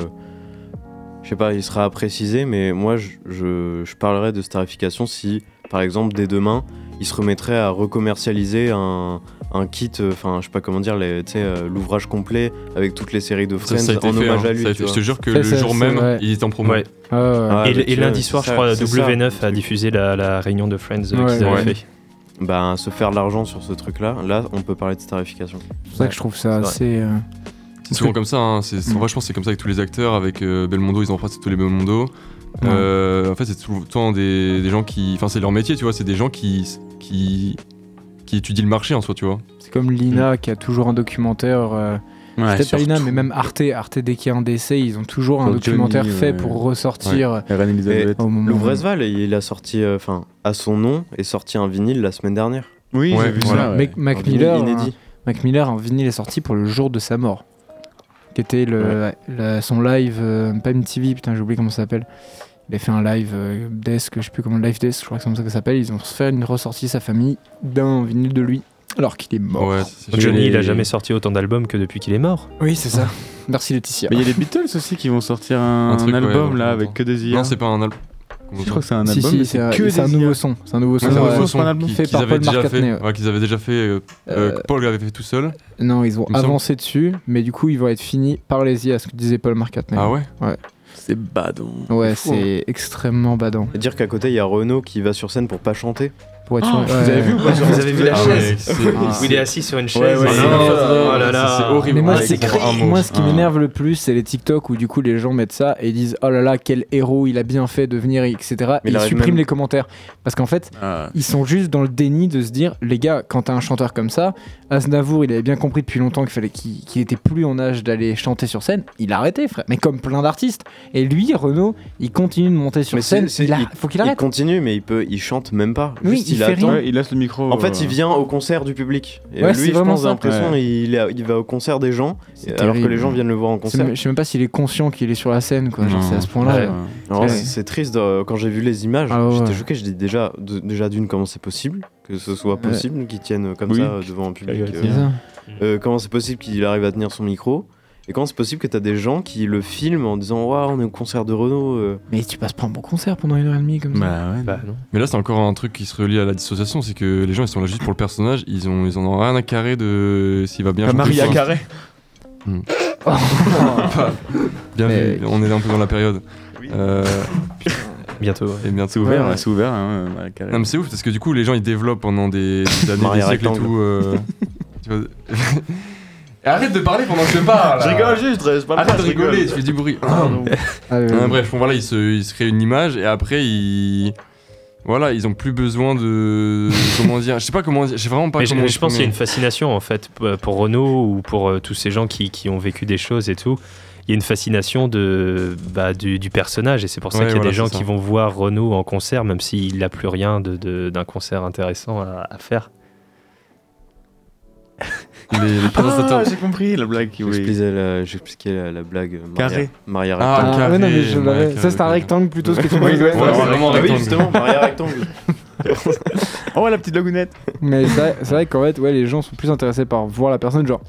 je sais pas, il sera à préciser, mais moi, je, je, je parlerais de starification si, par exemple, dès demain, il se remettrait à recommercialiser un, un kit, euh, enfin, je sais pas comment dire, les- tu sais, euh, l'ouvrage complet avec toutes les séries de
Ça,
Friends
ça a été
en
fait.
hommage
hein.
à lui.
Ça a
tu
été- je
vois.
te jure que
Ça,
le
ça,
jour
c'est
même,
vrai.
il était en promo.
Ouais.
Ah,
et,
bah,
et
tu vois,
lundi soir,
c'est
je crois,
ça, c'est ça,
W9
le
a
truc.
diffusé la, la réunion de Friends euh,
Ouais,
qu'ils avaient
ouais.
fait.
Bah, se faire l'argent sur ce truc-là, là, on peut parler de starification.
Mmh.
C'est pour ça que je trouve ça
vrai.
assez. euh,
C'est souvent comme ça. hein. C'est- c'est- En vrai, je pense que c'est comme ça avec tous les acteurs. Avec euh, Belmondo, ils ont embrassé tous les Belmondo. Euh, en fait, c'est tout le temps des, des gens qui. Enfin, c'est leur métier, tu vois. C'est des gens qui, qui, qui étudient le marché en soi, tu vois.
C'est comme Lina qui a toujours un documentaire. euh,
Ouais,
Peut-être pas Lina,
surtout.
mais même Arte. Arte, dès qu'il y a un décès, ils ont toujours un
Sur
documentaire
Johnny,
fait
ouais.
pour ressortir euh,
Et Reine Elisabeth.
au moment.
Le Vresval, il a sorti, euh, enfin, à son nom, est sorti un vinyle la semaine dernière.
Oui,
Ouais,
j'ai vu
voilà.
ça. ouais.
Mac, Mac
Un vinyle
Miller, hein.
inédit.
un- Mac Miller, un vinyle est sorti pour le jour de sa mort. Qui était le, la- son live, euh, pas MTV, putain, j'ai oublié comment ça s'appelle. Il a fait un live euh, desk, je sais plus comment, live desk, je crois que c'est comme ça que ça s'appelle. Ils ont fait une ressortie, sa famille, d'un vinyle de lui, alors qu'il est mort.
Ouais, c'est sûr.
Johnny, il a jamais sorti autant d'albums que depuis qu'il est mort.
Oui, c'est ça. [LAUGHS] Merci Laetitia.
Mais il y a les Beatles aussi qui vont sortir un,
Un truc,
album
ouais,
là
dans
avec
longtemps.
que des IA.
Non, c'est pas un album.
je crois que c'est un
Si,
album,
si,
mais
c'est un,
c'est que des
c'est un
IA.
nouveau son. C'est un nouveau son.
Ah, c'est un
euh,
nouveau son.
son
pas un album
qui-
fait
qu'ils
par
avaient
Paul
déjà
McCartney,
fait.
ouais.
ouais, qu'ils avaient déjà fait. euh, euh,
euh,
que Paul l'avait fait tout seul.
Non, ils ont
Il me semble.
avancé dessus, mais du coup, ils vont être finis par les IA, ce que disait Paul Markatner.
Ah ouais.
C'est badon.
Ouais,
fou, hein.
c'est extrêmement badant.
Et dire qu'à côté, il y a Renaud qui va sur scène pour pas chanter.
Pour être
Ah,
sûr-
vous avez
ouais.
vu ou pas sur-
Vous avez vu la
Ah
chaise
ouais, c'est-
[LAUGHS] Ah.
Où il est assis sur une chaise.
ouais,
et-
c'est-
Oh là là.
c'est- c'est horrible.
Mais moi,
Ouais,
c'est-
pour un mot.
moi, ce qui
Ah.
m'énerve le plus, c'est les TikTok où du coup les gens mettent ça et ils disent oh là là, quel héros, il a bien fait de venir, etc.
Mais
et ils
là,
suppriment
même-
les commentaires. Parce qu'en fait,
Ah.
ils sont juste dans le déni de se dire les gars, quand t'as un chanteur comme ça, Aznavour, il avait bien compris depuis longtemps qu'il fallait qu'il qu'il était plus en âge d'aller chanter sur scène, il a arrêté, frère. Mais comme plein d'artistes. Et lui, Renaud, il continue de monter sur
Mais c'est-
scène.
c'est-
il a-
il-
faut qu'il
Il
arrête.
continue, mais il peut, il chante même pas.
Oui,
Juste,
il
il
fait
attend.
rien.
Ouais, il laisse le micro.
En fait,
euh,
il vient au concert du public. Et
Ouais,
lui,
c'est
je
vraiment
pense, j'ai
ça.
l'impression, il, est- il va au concert des gens,
C'est
alors que
terrible.
les gens viennent le voir en
C'est
concert.
même- Je sais même pas s'il est conscient qu'il est sur la scène, quoi. Genre,
Non.
C'est à ce point-là.
Ouais.
euh,
Alors,
Ouais.
C'est c'est triste euh, quand j'ai vu les images,
Ah ouais.
j'étais choqué. Je dis déjà, de- déjà d'une comment c'est possible que ce soit
Ouais.
possible qu'ils tiennent comme
Oui.
ça euh, devant un public.
Ouais,
euh,
c'est ça.
euh, comment c'est possible qu'il arrive à tenir son micro et comment c'est possible que t'as des gens qui le filment en disant waouh on est au concert de Renault. euh.
Mais tu passes pas un bon concert pendant une heure et demie comme ça.
Bah ouais.
Bah non.
Mais là, c'est encore un truc qui se relie à la dissociation, c'est que les gens ils sont là juste pour le personnage, ils ont ils en ont rien à carrer de s'il va bien.
Pas
chanter
Maria
ou pas.
Carré.
[LAUGHS]
Bien
Mais-
vu, on est un peu dans la période. Euh,
Bientôt. ouais.
et
C'est
bientôt.
ouvert, ouais, c'est ouvert. hein, ouais, Maria Carré.
Non mais c'est ouf parce que du coup les gens ils développent pendant des,
[LAUGHS]
des années, des
Maria
siècles et
Rectangle.
tout. euh, tu vois. Arrête de parler pendant que je parle.
Je rigole juste, je parle
Arrête
pas,
de
je rigole.
rigoler, tu fais du bruit.
Ah,
[CLEARS THROAT] Ouais,
ouais, ouais.
bref, bon, voilà, ils se, ils se créent une image et après ils. Voilà, ils ont plus besoin de. comment dire Je sais pas comment dire. Je sais vraiment pas
Mais je,
comment.
mais je pense qu'il y a
exprimer.
une fascination en fait p- pour Renault ou pour euh, tous ces gens qui, qui ont vécu des choses et tout. Il y a une fascination de, bah, du, du personnage et c'est pour ça
Ouais,
qu'il y a
voilà,
des gens
c'est ça.
qui vont voir Renault en concert même s'il n'a plus rien de- de- d'un concert intéressant à, à faire.
Les, les présentateurs.
Ah, j'ai compris la blague qui voulait.
J'expliquais la, j'expliquais la- la blague euh, Maria,
Carré.
Ah,
Maria Rectangle.
Ah, ouais,
carré,
non, mais je
ouais,
l'avais.
carré,
Ça, c'est un
carré.
rectangle plutôt ce que tu vois.
Ouais,
Ouais, c'est vraiment
Ah oui,
rectangle.
justement, Maria Rectangle.
Oh la petite lagounette.
Mais c'est vrai- c'est vrai qu'en fait, ouais, les gens sont plus intéressés par voir la personne. Genre,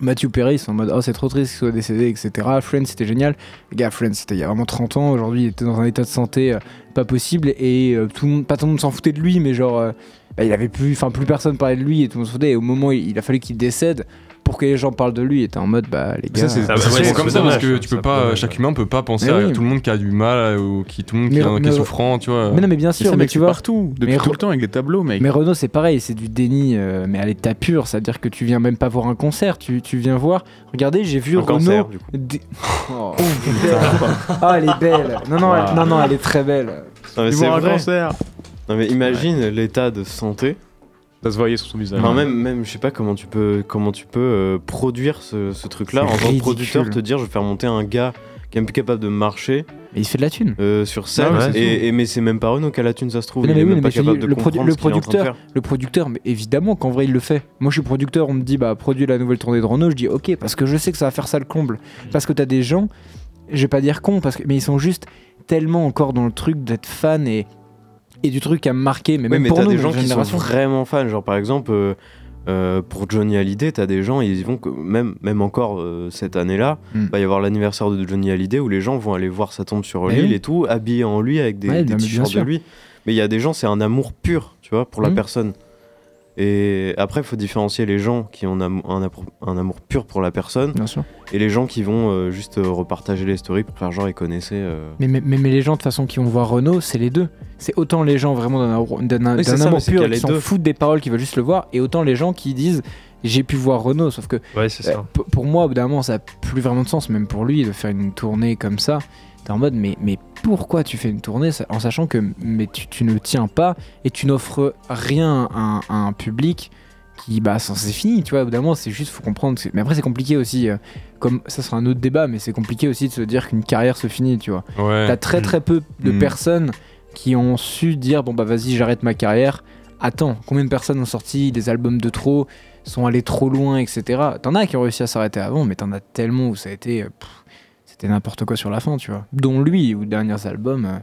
Mathieu Perry, ils sont en mode Oh, c'est trop triste qu'il soit décédé, etc. Friends, c'était génial. Les gars, Friends, c'était il y a vraiment 30 ans. Aujourd'hui, il était dans un état de santé euh, pas possible. Et euh, tout le monde, pas tout le monde s'en foutait de lui, mais genre, euh, bah, il avait plus, enfin, plus personne parlait de lui et tout le monde s'en foutait. Et au moment où il a fallu qu'il décède, pour que les gens parlent de lui, il était en mode Bah, les
Ça,
gars.
c'est-
Ah, bah,
C'est
ouais,
souvent
c'est
comme ça
dommage,
parce que
hein,
tu
ça
peux pas,
peut-
chaque humain peut pas penser
Mais
à
oui.
tout le monde qui a du mal ou qui tout le monde qui,
Mais-
est- qui
mais-
est souffrant, tu vois.
mais non, mais bien
Il
sûr, mais tu vois.
partout
Mais
depuis tout
re-
le temps avec des tableaux, mec.
Mais Renault, c'est pareil, c'est du déni, euh, mais à l'état pur. C'est-à-dire que tu viens même pas voir un concert, tu, tu viens voir. Regardez, j'ai vu
Un cancer,
Renault.
du coup.
dé- [LAUGHS] Oh, [LAUGHS] elle est belle. Ah, elle est belle. Non, non, elle, non, non, elle est très belle.
Non, mais
Tu
c'est
vois un
vrai.
cancer.
Non, mais imagine l'état de santé.
Ça se voyait sur son visage.
Enfin, même, même, je sais pas comment tu peux, comment tu peux euh, produire ce, ce truc-là
C'est
en tant que
ridicule.
producteur, te dire je vais faire monter un gars qui est plus capable de marcher
Mais il se fait de la thune.
euh, sur scène.
Ah ouais, c'est
et, et- mais c'est même pas Renaud qui a la thune, ça se trouve.
Mais non,
il
mais
est
oui,
même
mais
pas
je te dis,
capable de
le produ-
comprendre
le
ce qu'il est en train de
producteur-
faire.
Le producteur, mais évidemment qu'en vrai, il le fait. Moi, je suis producteur, on me dit, bah, produis la nouvelle tournée de Renault. Je dis, ok, parce que je sais que ça va faire ça le comble. Parce que t'as des gens, je vais pas dire cons, parce que, mais ils sont juste tellement encore dans le truc d'être fan et, et du truc à me marquer. Mais
Oui,
même
mais
pour
t'as
nous,
des
notre
gens qui sont
génération.
vraiment fans. Genre, par exemple, euh, euh, pour Johnny Hallyday, t'as des gens, ils vont, que- même, même encore euh, cette année-là,
Mm.
va y avoir l'anniversaire de Johnny Hallyday où les gens vont aller voir sa tombe sur
Mais
l'île
Eh oui.
et tout, habillés en lui avec des,
Ouais,
des
non, mais bien
t-shirts de
sûr.
lui. Mais il y a des gens, c'est un amour pur, tu vois, pour la
Mm.
personne. Et après, il faut différencier les gens qui ont un, am- un appro- un amour pur pour la personne
Bien sûr.
et les gens qui vont euh, juste euh, repartager les stories pour faire genre ils connaissaient. euh.
Mais, mais, mais- mais les gens de toute façon qui vont voir Renault, c'est les deux. C'est autant les gens vraiment d'un amour- d'un d'un
Oui, c'est ça, mais
amour
c'est qu'il y
pur
a les
qui s'en
deux.
foutent des paroles, qui veulent juste le voir, et autant les gens qui disent j'ai pu voir Renault. Sauf que
Ouais, c'est
euh,
ça.
p- pour moi, au bout d'un moment, ça a plus vraiment de sens, même pour lui, de faire une tournée comme ça. T'es en mode mais, mais pourquoi tu fais une tournée ça- en sachant que mais tu, tu ne tiens pas et tu n'offres rien à un, à un public qui bah sans- c'est fini tu vois au bout d'un moment c'est juste faut comprendre c'est- mais après c'est compliqué aussi euh, comme ça sera un autre débat mais c'est compliqué aussi de se dire qu'une carrière se finit tu vois
Ouais.
T'as très très peu de
Mm.
personnes qui ont su dire bon bah vas-y j'arrête ma carrière. Attends, combien de personnes ont sorti des albums de trop, sont allées trop loin, etc. T'en as qui ont réussi à s'arrêter avant, mais t'en as tellement où ça a été, euh, pff, c'était n'importe quoi sur la fin, tu vois. Dont lui ou derniers albums, euh,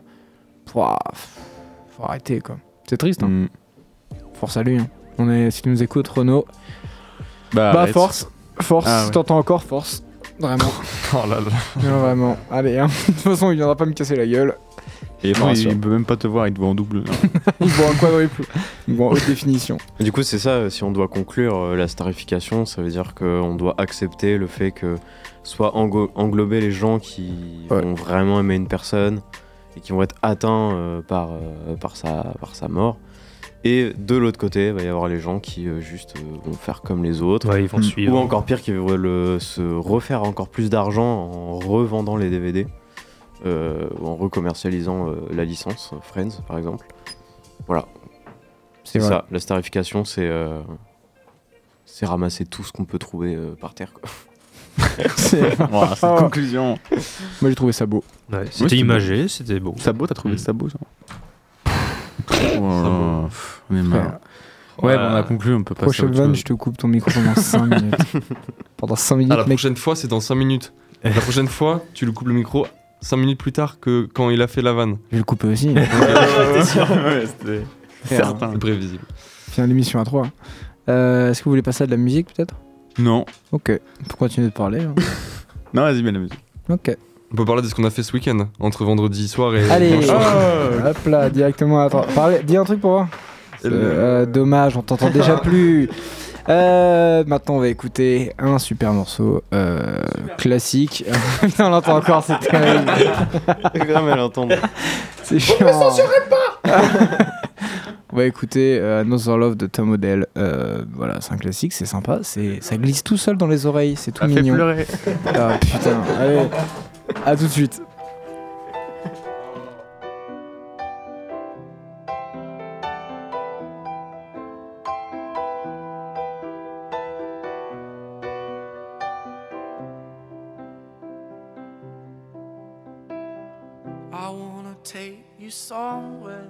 pouah, pff, faut arrêter quoi. C'est triste, hein.
Mm.
force à lui. hein. On est, si tu nous écoutes, Renaud,
Bah,
bah
arrête.
force, force.
Ah ouais.
T'entends encore force,
[LAUGHS]
vraiment,
Oh là là.
non, vraiment. Allez, hein. de toute façon il viendra pas me casser la gueule.
Et
Non,
non, il,
sûr.
il peut même pas te voir, il te voit en [LAUGHS] double.
Ils vont en quadruple, ils vont en haute définition.
Du coup, c'est ça, euh, si on doit conclure euh, la starification, ça veut dire qu'on doit accepter le fait que soit engo- englober les gens qui
Ouais.
vont vraiment aimer une personne et qui vont être atteints euh, par, euh, par, sa, par sa mort. Et de l'autre côté, il va y avoir les gens qui euh, juste euh, vont faire comme les autres.
Ouais, ils vont
Mm.
suivre.
Ou encore pire, qui veulent euh, se refaire encore plus d'argent en revendant les DVD, euh, ou en recommercialisant euh, la licence, euh, Friends par exemple. Voilà. C'est
vrai.
ça, la starification, c'est. euh, c'est ramasser tout ce qu'on peut trouver euh, par terre. Quoi.
C'est-
Voilà, c'est
Ah.
une conclusion.
[LAUGHS] Moi j'ai trouvé ça beau.
Ouais,
c'était
c'était imagé, c'était beau.
Sabot, t'as trouvé
Mm.
le sabot, genre Oh Mm. là là. On est malin. Ouais, bah, on a conclu, on peut passer à
Prochaine
autre
vanne,
chose.
je te coupe ton micro pendant 5 minutes. Pendant 5 minutes,
Ah, la
mec.
prochaine fois, c'est dans 5 minutes. La prochaine fois, tu lui coupes le micro 5 minutes plus tard que quand il a fait la vanne.
Je vais le couper aussi. [LAUGHS]
[LAUGHS] Ouais, c'était certain.
C'est prévisible.
Fin l'émission à 3. Euh, Est-ce que vous voulez passer à de la musique peut-être
Non.
Ok. Pour continuer de parler. hein.
Non, vas-y, mets la musique.
Ok.
On peut parler de ce qu'on a fait ce week-end, entre vendredi soir et.
Allez
dimanche soir.
Oh.
Hop là, directement à 3. dis un truc pour voir.
Et le-
Euh, dommage, on
[LAUGHS]
t'entend déjà plus. Euh, maintenant, on va écouter un super morceau euh, classique. [LAUGHS] Putain, on l'entend encore, c'est terrible.
Grave à l'entendre.
C'est chiant. Vous pas [LAUGHS] On va écouter euh, Another Love de Tom Odell. Euh, voilà, c'est un classique, c'est sympa. c'est- Ça glisse tout seul dans les oreilles, c'est tout
Ça fait
mignon.
pleurer.
Ah putain, allez, à tout de suite.
I wanna take you somewhere,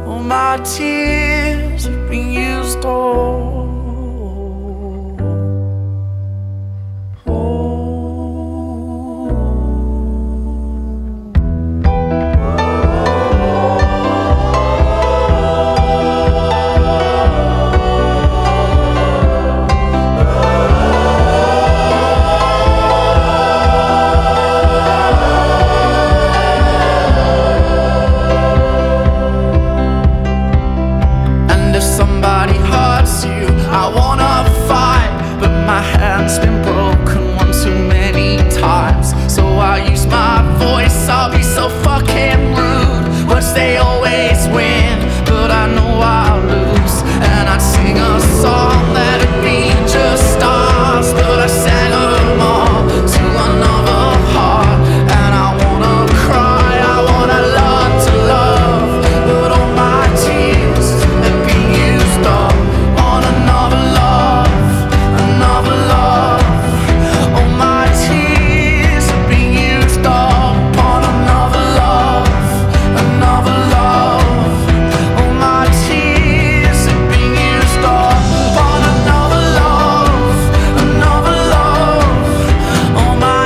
All my tears have been used all. Oh. And if somebody hurts you, I wanna fight. But my hand's been broken one too many times. So I use my voice, I'll be so fucking rude. But they always win, but I know I'll lose. And I'd sing a song that'd be just stars. But I sang them all to another heart. And I wanna cry, I wanna learn to love. But all my tears have been used up on another love, another love. All my tears have been used up on another love, another love. Oh, oh.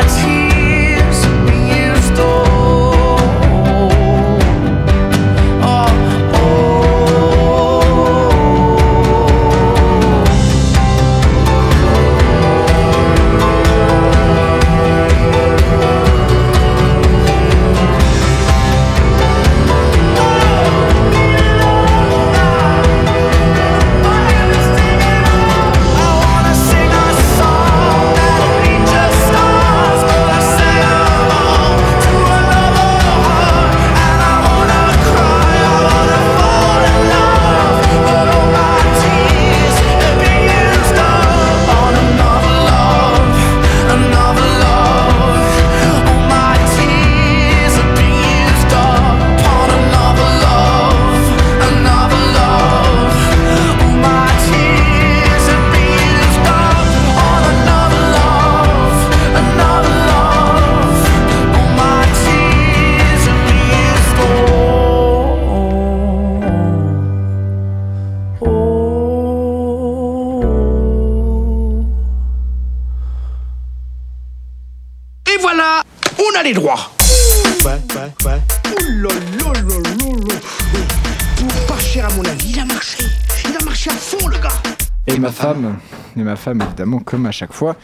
ma femme. Et ma femme, évidemment, comme à chaque fois.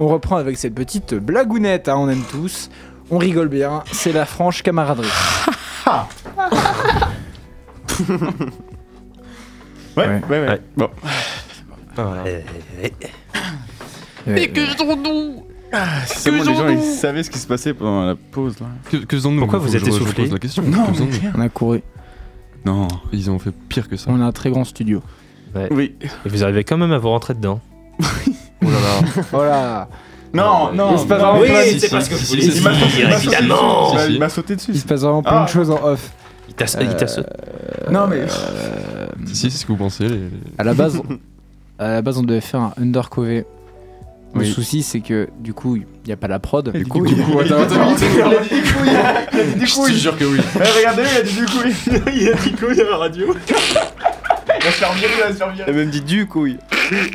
On reprend avec cette petite blagounette, hein, on aime tous. On rigole bien, c'est la franche camaraderie.
Ouais,
Ouais.
ouais, ouais.
Ouais.
Bon.
hein.
Et-
C'est bon, Ah, les gens, ils savaient ce qui se passait pendant la pause, là.
Que, que faisons-nous
Pourquoi vous
Faut que
êtes
je- je
essoufflé
pose la question.
Non,
Que faisons-nous
On a couru,
Non.
Ils ont fait pire que ça.
on a un très grand studio.
Oui.
Et vous arrivez quand même à vous rentrer dedans.
Oh là là.
Voilà,
Non, non.
il se passe
non,
vraiment
oui,
plein de-
si, si, si, si, si,
Il m'a
si,
sauté- il m'a sauté
évidemment.
dessus.
Si, si.
Il m'a sauté dessus.
il se passe vraiment plein
Ah.
de choses en off.
Il t'a il t'a sauté.
Non, mais.
Si, si, c'est ce que vous pensez. les- les-
À la base, on- à la base, on devait faire un undercover. Le
Oui.
souci, c'est que du coup, il n'y a pas la prod. Du coup,
Du coup, attends, attends, attends. Il a dit du coup, il a- il a dit du
Je
coup.
te jure que oui.
Eh, regardez, il a dit du coup. [LAUGHS] Il a dit du coup à la radio. Il va se faire virer, il va se faire virer. Il a même dit du couille.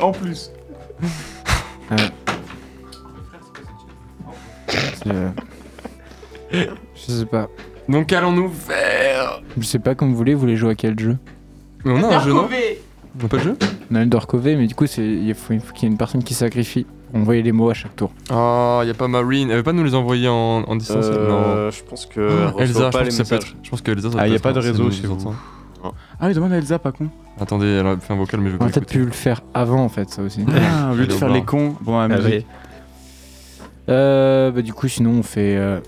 En plus.
euh, [LAUGHS] je sais pas.
Donc qu'allons-nous faire
Je sais pas comme vous voulez, vous voulez jouer à quel jeu
Mais on a un jeu, non On a pas de jeu
On a undercover, mais du coup, c'est- il faut, il faut qu'il y ait une personne qui sacrifie. On voyait les mots à chaque tour.
Ah, y a pas Marine. Elle veut pas nous les envoyer en, en distance
Euh,
Non.
Je pense que.
Elsa, je pense que ça peut être. Je pense que Elsa, ça
Ah,
peut
y a
être
pas de
un- c'est
réseau
nous,
chez
nous
vous.
entend.
Ah oui, demande à Elsa, pas con.
Attendez, elle a fait un vocal, mais je veux
On
pas
aurait peut-être
écouter.
pu le faire avant, en fait, ça aussi.
Ah, au lieu
Allez
de
au
faire
bar.
les cons, bon, la
Ah
musique.
Euh, bah, du coup, sinon, on fait, euh,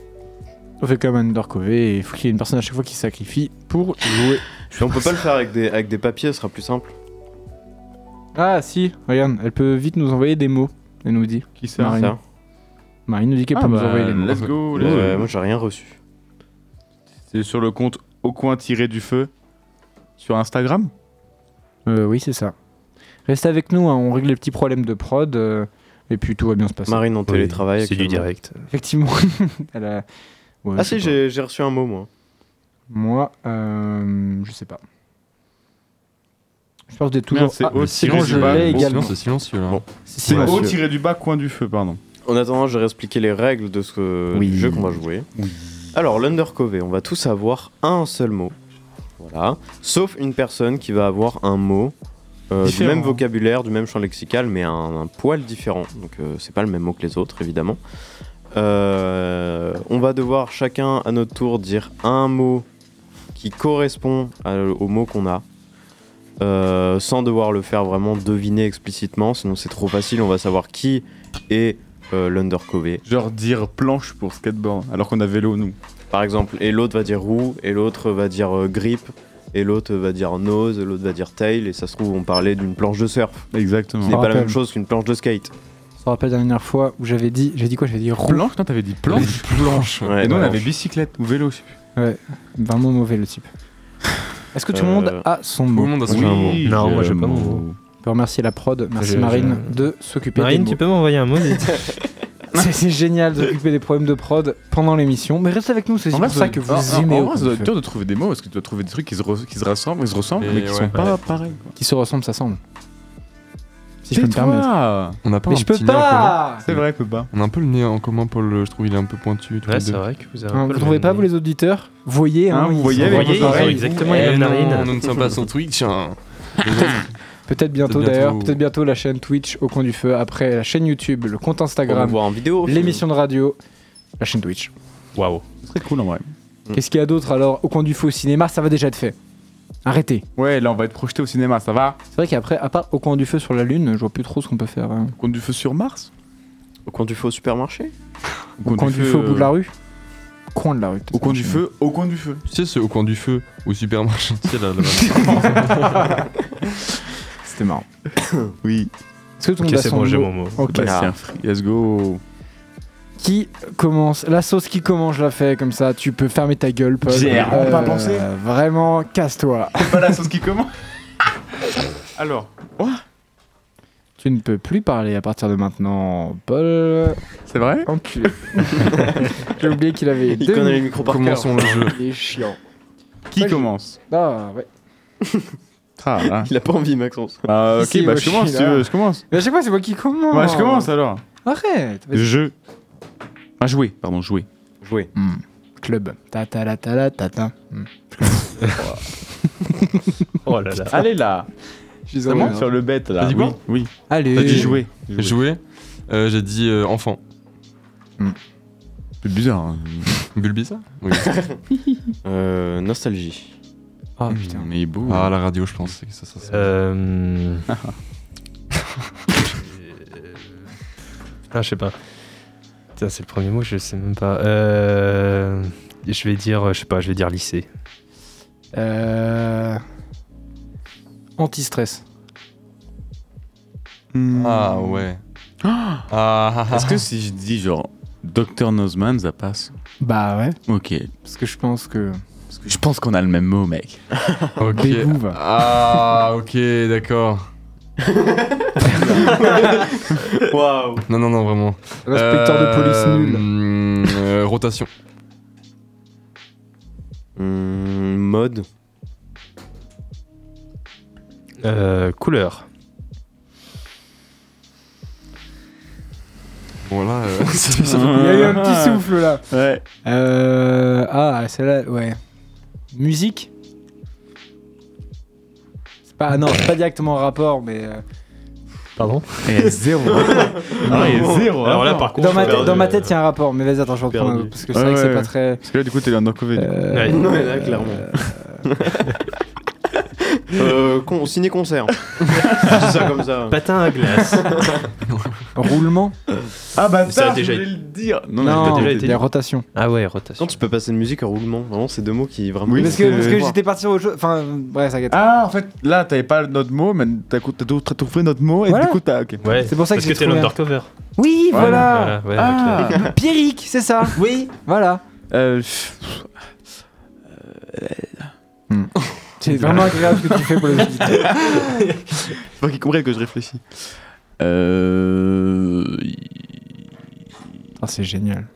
on fait comme un undercover et il faut qu'il y ait une personne à chaque fois qui sacrifie pour jouer.
on peut pas le faire avec des, avec des papiers, ce sera plus simple.
Ah, si, regarde, elle peut vite nous envoyer des mots. Elle nous dit.
Qui ça
Marine.
ça.
Marine nous dit qu'elle
Ah,
peut nous
bah,
envoyer les mots.
Let's go, let's
Euh,
go.
moi j'ai rien reçu.
C'est sur le compte au coin tiré du feu sur Instagram.
Euh, oui, c'est ça. Restez avec nous, hein, on règle les petits problèmes de prod euh, et puis tout va bien se passer.
Marine en télétravail.
C'est du
actuellement.
direct.
Effectivement, [LAUGHS] elle a- Ouais,
Ah
je sais
si,
pas.
j'ai j'ai reçu un mot moi.
Moi, euh, je sais pas. Je pense que vous êtes toujours.
Merde, c'est
Ah,
haut tiré
sinon,
du
je
bas.
l'ai
Haut
également.
Silence, c'est silencieux là.
Bon.
C'est
au
monsieur.
tiré du bas coin du feu, pardon.
En attendant, je vais expliquer les règles de ce
Oui.
du jeu qu'on va jouer. Alors, l'undercover, on va tous avoir un seul mot. Voilà. Sauf une personne qui va avoir un mot euh, du
Différent.
même vocabulaire, du même champ lexical, mais un, un poil différent. Donc, euh, c'est pas le même mot que les autres, évidemment. Euh, on va devoir chacun à notre tour dire un mot qui correspond à- au mot qu'on a. euh, sans devoir le faire vraiment deviner explicitement, sinon c'est trop facile, on va savoir qui est euh, l'undercover.
Genre dire planche pour skateboard, alors qu'on a vélo, nous.
par exemple, et l'autre va dire roue, et l'autre va dire euh, grip, et l'autre va dire nose, et l'autre va dire tail, et ça se trouve on parlait d'une planche de surf. Ce
Exactement.
n'est
Ah,
pas la
quand
même
même.
chose qu'une planche de skate.
Ça me rappelle la dernière fois où j'avais dit. J'ai dit quoi J'avais dit roux.
Planche Non, t'avais dit planche. Planche.
Ouais,
Et nous, on
planche.
avait bicyclette ou vélo, je sais plus.
Vraiment mauvais le type. [LAUGHS] Est-ce que tout le monde
Euh,
a son
Tout
mot
le monde a son
Oui.
mot.
Non, moi, j'ai
euh,
pas mon
mon-
On peut remercier la prod. Merci
Je-
Marine
je-
de s'occuper des
Marine,
mots.
tu peux m'envoyer un mot
C'est c'est génial de s'occuper des problèmes de prod pendant l'émission. Mais restez avec nous, c'est
En
pour
vrai,
ça que vous
en- en-
aimez
Ah, En
au
vrai, ça
Coup
doit
de
être
Feu.
dur de trouver des mots parce que tu dois trouver des trucs qui se, re- qui se rassemblent, qui se ressemblent,
Et
mais qui
ouais.
sont pas pareils. quoi.
qui se ressemblent, ça semble. Si je peux me permettre.
Tais-toi
On n'a pas
Mais
un
je peux
petit nez en commun
pas
C'est vrai, peut pas.
On a un peu le nez en commun, Paul. euh, Je trouve il est un peu pointu. tous les
[LAUGHS] Ouais, c'est
deux.
vrai que vous avez.
Hein,
un peu
Vous
le
trouvez
même
pas,
nez.
vous les auditeurs Voyez,
Hein,
hein,
vous
ils
voyez,
sont
les
vraiment
voyez, ils ont
pareils.
exactement
Eh
les mêmes
non.
narines.
On ne tient pas son Twitch. hein.
Peut-être bientôt
Peut-être
d'ailleurs,
bientôt.
peut-être bientôt la chaîne Twitch au coin du feu, après la chaîne YouTube, le compte
Pour nous
Instagram,
voir en vidéo.
l'émission de radio, la chaîne Twitch.
Waouh.
C'est très cool en vrai.
Qu'est-ce qu'il y a d'autre alors Au coin du feu au cinéma, ça va déjà être fait. Arrêtez.
Ouais, là, on va être projeté au cinéma, ça va
C'est vrai qu'après, à part au coin du feu sur la lune, je vois plus trop ce qu'on peut faire. hein.
Au compte du feu sur Mars
Au coin du faux supermarché
Au coin du feu au bout de la rue Coin de la rue.
euh, Au coin du feu, au coin du feu.
Tu sais, ce au coin du feu, au supermarché. Tu sais, là, là-bas.
C'était marrant.
Oui.
Est-ce que tout le
Ok,
monde a
c'est
son
bon, j'ai
mot
mon mot.
Ok.
Bah, c'est un free. Let's go.
Qui commence La sauce qui commence, je la fais comme ça. Tu peux fermer ta gueule, Paul.
J'ai vraiment pas pensé.
Vraiment, casse-toi.
C'est pas la sauce qui commence [LAUGHS] Alors,
Tu ne peux plus parler à partir de maintenant, Paul.
c'est vrai
Enculé. [LAUGHS] J'ai oublié qu'il avait
Il
deux
connaît les
minutes.
micros par cœur.
Commençons le jeu.
Il est chiant.
Qui
Ouais, je-
commence
Ah, ouais.
Ah, là.
Il a pas envie, Maxence.
Bah,
Si,
ok, bah
moi, je
je
suis
commence, si tu
là.
veux, je commence.
Mais à chaque fois, c'est moi qui commence.
Bah, je commence alors.
Arrête. Vas-y.
Je. Ah, jouer, pardon, jouer.
Jouer.
Hmm. Club. Ta ta la ta la ta ta. Hmm.
Oh là là.
Allez là
Ils
C'est
ont-
moi
euh,
Sur le bet, là.
T'as dit
Ah, oui,
quoi
Oui.
Allez.
T'as dit
Jouer.
Jouer, euh, j'ai dit euh, enfant.
C'est bizarre. hein.
Bulbi ça Oui.
Euh, nostalgie.
Ah, putain.
Mais il est beau. hein.
Ah, la radio, je pense. c'est que Ça, ça, ça.
Euh... [LAUGHS] ah, je sais pas. Putain, c'est le premier mot, je sais même pas. Euh... Je vais dire, je sais pas, je vais dire lycée.
Euh... Anti-stress.
Ah ouais. Ah, ah, [LAUGHS] ah.
Est-ce que si je dis genre Dr Nozman, ça passe
Bah ouais.
Ok.
Parce que je pense que.
Parce que je pense qu'on a le même mot, [LAUGHS] mec.
Ok.
Des bouves.
Ah, ok, [LAUGHS] d'accord.
Waouh.
Non, non, non, vraiment.
L'inspecteur
Euh,
de police nul.
hum, euh, rotation.
Hum, mode.
Euh, couleur.
Bon, là,
[LAUGHS]
euh, c'est- c'est-
Il y a eu un [LAUGHS] petit souffle là.
Ouais.
Euh... Ah, celle-là, ouais. Musique C'est pas. ah Non, c'est pas directement en rapport, mais. euh,
Pardon
Eh,
Et zéro. zéro.
Ah, Alors là, par contre,
[LAUGHS] Ah, hein. Dans ma,
je
tête-
perds
dans ma
de-
tête, il y a un rapport, mais vas-y, attends, je reprends.
Perdu.
euh, Parce que c'est vrai
Ouais,
que c'est
ouais,
pas
ouais.
très.
Parce que là, du coup, t'es dans un couvée.
euh,
Ouais.
Non, mais là, clairement. [LAUGHS] Euh, con, ciné-concert. Je dis ça comme ça.
Patin à glace.
Roulement
Ah bah
ça a déjà été-
le dire. Non,
Non,
t'as déjà
il
été
y a
dit.
rotation.
[LAUGHS] ah ouais, rotation.
Quand tu peux passer de musique à roulement, vraiment, c'est deux mots qui vraiment.
Oui,
Parce que, parce que j'étais parti sur autre chose. Enfin, bref, ça gâte.
Ah, en fait, là, t'avais pas notre mot, mais t'as cou- t'as tout- t'as trouvé notre mot et
Voilà.
du coup, t'as. Ok.
Ouais,
C'est pour ça que
parce
j'ai
que t'es
trouvé un-
l'undercover.
Oui, voilà,
Voilà, ouais,
Ah.
ok.
Pierrick, c'est ça Oui Voilà.
Euh, pff,
C'est vraiment agréable ce que tu fais pour les [LAUGHS] auditeurs.
faut qu'ils comprennent que je réfléchis. Euh. y-
Putain, Ah, c'est génial.